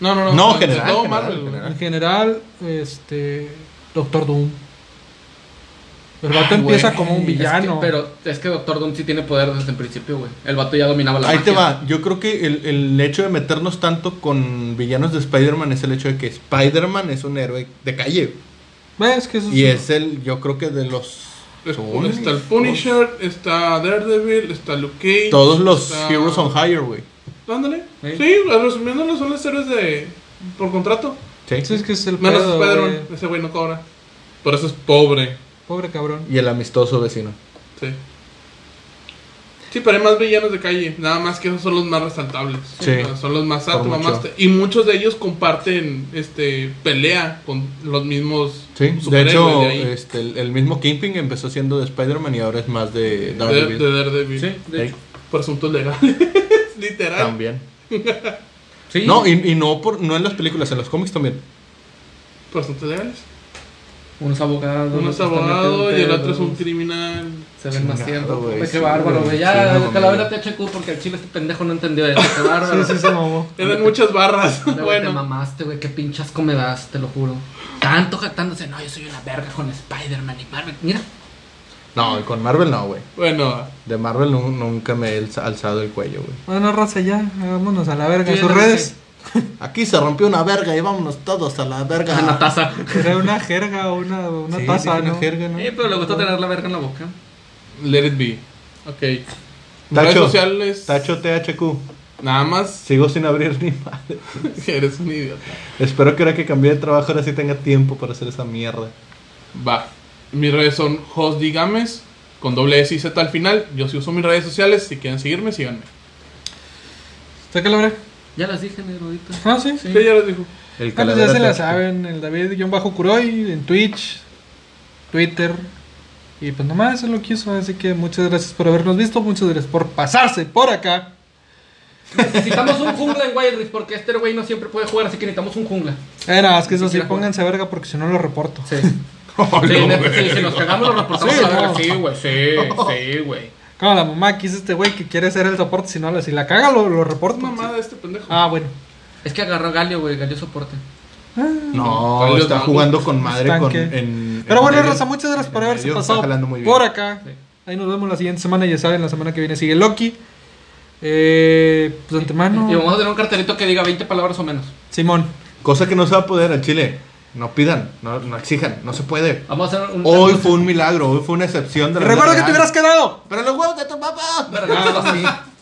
Speaker 3: No, no, no.
Speaker 2: No,
Speaker 3: de
Speaker 2: general,
Speaker 3: todo
Speaker 2: general,
Speaker 3: Marvel, güey.
Speaker 2: general.
Speaker 1: En general, este. Doctor Doom. El vato
Speaker 3: Ay,
Speaker 1: empieza
Speaker 3: güey,
Speaker 1: como un
Speaker 4: Es que-
Speaker 1: villano.
Speaker 4: pero es que Doctor Doom sí tiene poder desde el principio, güey. El vato ya dominaba la
Speaker 2: Ahí te
Speaker 4: magia.
Speaker 2: va. Yo creo que el, el hecho de meternos tanto con villanos de Spider-Man es el hecho de que Spider-Man es un héroe de calle.
Speaker 1: ¿Ves que eso
Speaker 2: Y es el, yo creo que de los.
Speaker 3: Es-
Speaker 2: Uy,
Speaker 3: Pues, Está el Punisher, está Daredevil, está Luke Cage.
Speaker 2: Todos los
Speaker 3: está-
Speaker 2: Heroes on Hire, güey.
Speaker 3: Ándale.
Speaker 4: Sí.
Speaker 3: Sí, resumiéndolo, son los héroes de. por contrato.
Speaker 1: Sí, es que es el
Speaker 3: Menos
Speaker 1: pedo,
Speaker 3: Spider-Man,
Speaker 1: güey.
Speaker 3: ese güey no cobra. Por eso es pobre.
Speaker 1: Pobre cabrón.
Speaker 2: Y el amistoso vecino.
Speaker 3: Sí. Sí, pero hay más villanos de calle. Nada más que esos son los más resaltables.
Speaker 2: Sí.
Speaker 3: O sea, Son los más
Speaker 2: Por
Speaker 3: tu mamá
Speaker 2: mucho.
Speaker 3: te- Y muchos de ellos comparten este pelea con los mismos.
Speaker 2: Sí, de
Speaker 3: superhéroes
Speaker 2: hecho,
Speaker 3: ahí.
Speaker 2: este, el, el mismo Kingpin empezó siendo de Spider-Man y ahora es más de
Speaker 3: de, de
Speaker 2: Daredevil.
Speaker 3: Daredevil.
Speaker 4: Sí, de
Speaker 2: Ey,
Speaker 4: hecho.
Speaker 3: Por asuntos legales. Literal.
Speaker 2: También.
Speaker 4: Sí.
Speaker 2: No, y, y no, por, no en las películas, en los cómics también.
Speaker 3: Por asuntos legales.
Speaker 4: Unos abogados.
Speaker 3: Uno es
Speaker 4: otros están
Speaker 3: abogado y el
Speaker 4: metidos
Speaker 3: otro es un
Speaker 4: dedos.
Speaker 3: criminal.
Speaker 4: Se ven más
Speaker 2: Chingado,
Speaker 4: cierto.
Speaker 2: güey,
Speaker 4: Qué
Speaker 2: sí,
Speaker 4: bárbaro,
Speaker 2: güey.
Speaker 4: güey.
Speaker 2: Sí, no
Speaker 4: Ya,
Speaker 2: mames.
Speaker 4: calavera THQ porque el chile este pendejo no entendió eso. Qué bárbaro.
Speaker 1: Sí, sí, se mamó.
Speaker 3: Eran muchas barras.
Speaker 4: Güey, Te
Speaker 3: bueno.
Speaker 4: mamaste, güey. Qué pinchas me das, te lo juro. Tanto jactándose. No, yo soy una verga con Spider-Man y Marvel. Mira.
Speaker 2: No, con Marvel no, güey.
Speaker 3: Bueno.
Speaker 2: De Marvel nu- nunca me he alza- alzado el cuello, güey.
Speaker 1: Bueno, raza, ya. Vámonos a la verga.
Speaker 4: Sí,
Speaker 1: Sus
Speaker 4: ya la
Speaker 1: redes.
Speaker 2: Aquí se rompió una verga y vámonos todos a la verga.
Speaker 1: Ah,
Speaker 4: A la taza.
Speaker 1: Pues Era una jerga o una, una
Speaker 2: Sí,
Speaker 1: taza,
Speaker 2: dije una
Speaker 1: ¿no?
Speaker 2: jerga, ¿no?
Speaker 4: Eh, pero le gusta tener la verga en la boca.
Speaker 3: Let it be. Ok. Redes
Speaker 2: Tacho,
Speaker 3: sociales.
Speaker 2: Tacho THQ.
Speaker 3: Nada más.
Speaker 2: Sigo sin abrir ni madre.
Speaker 3: Eres un idiota.
Speaker 2: Espero que ahora que cambié de trabajo ahora sí tenga tiempo para hacer esa mierda.
Speaker 3: Va. Mis redes son Hosdigames con doble S y Z al final. Yo sí uso mis redes sociales. Si quieren seguirme, síganme.
Speaker 1: ¿Está calavera?
Speaker 4: Ya las dije, negro, ahorita.
Speaker 1: Ah, sí.
Speaker 3: Sí, ya les
Speaker 2: El
Speaker 3: digo.
Speaker 1: Ah, pues
Speaker 2: calavera
Speaker 1: ya se la
Speaker 2: THQ.
Speaker 1: saben. El David-Curoy en Twitch, Twitter. Y pues nomás eso es lo que hizo. Así que muchas gracias por habernos visto. Muchas gracias por pasarse por acá.
Speaker 4: Necesitamos un jungla en Wild Rift porque este güey no siempre puede jugar, así que necesitamos un jungla.
Speaker 1: Eh, nada, es que eso sí,
Speaker 4: siquiera
Speaker 1: pónganse verga porque si no lo reporto.
Speaker 4: Sí. Sí, neta, sí, si nos cagamos, lo reportamos
Speaker 1: Sí,
Speaker 4: a la verga.
Speaker 1: no.
Speaker 4: Sí, güey. Sí, sí, güey.
Speaker 1: Como la mamá que hizo este güey que quiere ser el soporte, si no, la- si la caga, lo, lo reporto.
Speaker 3: mamada de este pendejo.
Speaker 1: Ah, bueno.
Speaker 4: Es que agarró a Galio, güey. Galio soporte.
Speaker 2: No,
Speaker 3: Galio
Speaker 2: está
Speaker 3: Dango.
Speaker 2: jugando con madre con,
Speaker 1: Estanque.
Speaker 2: en-
Speaker 1: Pero
Speaker 2: en
Speaker 1: bueno,
Speaker 2: medio.
Speaker 1: Rosa, muchas gracias por
Speaker 2: En
Speaker 1: haberse
Speaker 2: medio está
Speaker 1: pasado
Speaker 2: jalando muy bien.
Speaker 1: por acá. Ahí nos vemos la siguiente semana, ya saben, la semana que viene sigue Loki. Eh, pues de antemano,
Speaker 4: Y vamos a tener un cartelito que diga 20 palabras o menos.
Speaker 1: Simón.
Speaker 2: Cosa que no se va a poder al Chile. No pidan, no, no exijan, no se puede.
Speaker 4: Vamos a hacer un.
Speaker 2: Hoy fue un milagro, hoy fue una excepción de la
Speaker 1: Recuerda
Speaker 2: vida
Speaker 1: que te
Speaker 2: real.
Speaker 1: hubieras quedado.
Speaker 2: Pero los huevos de tu papá.
Speaker 4: Pero no,
Speaker 2: Ah, sí.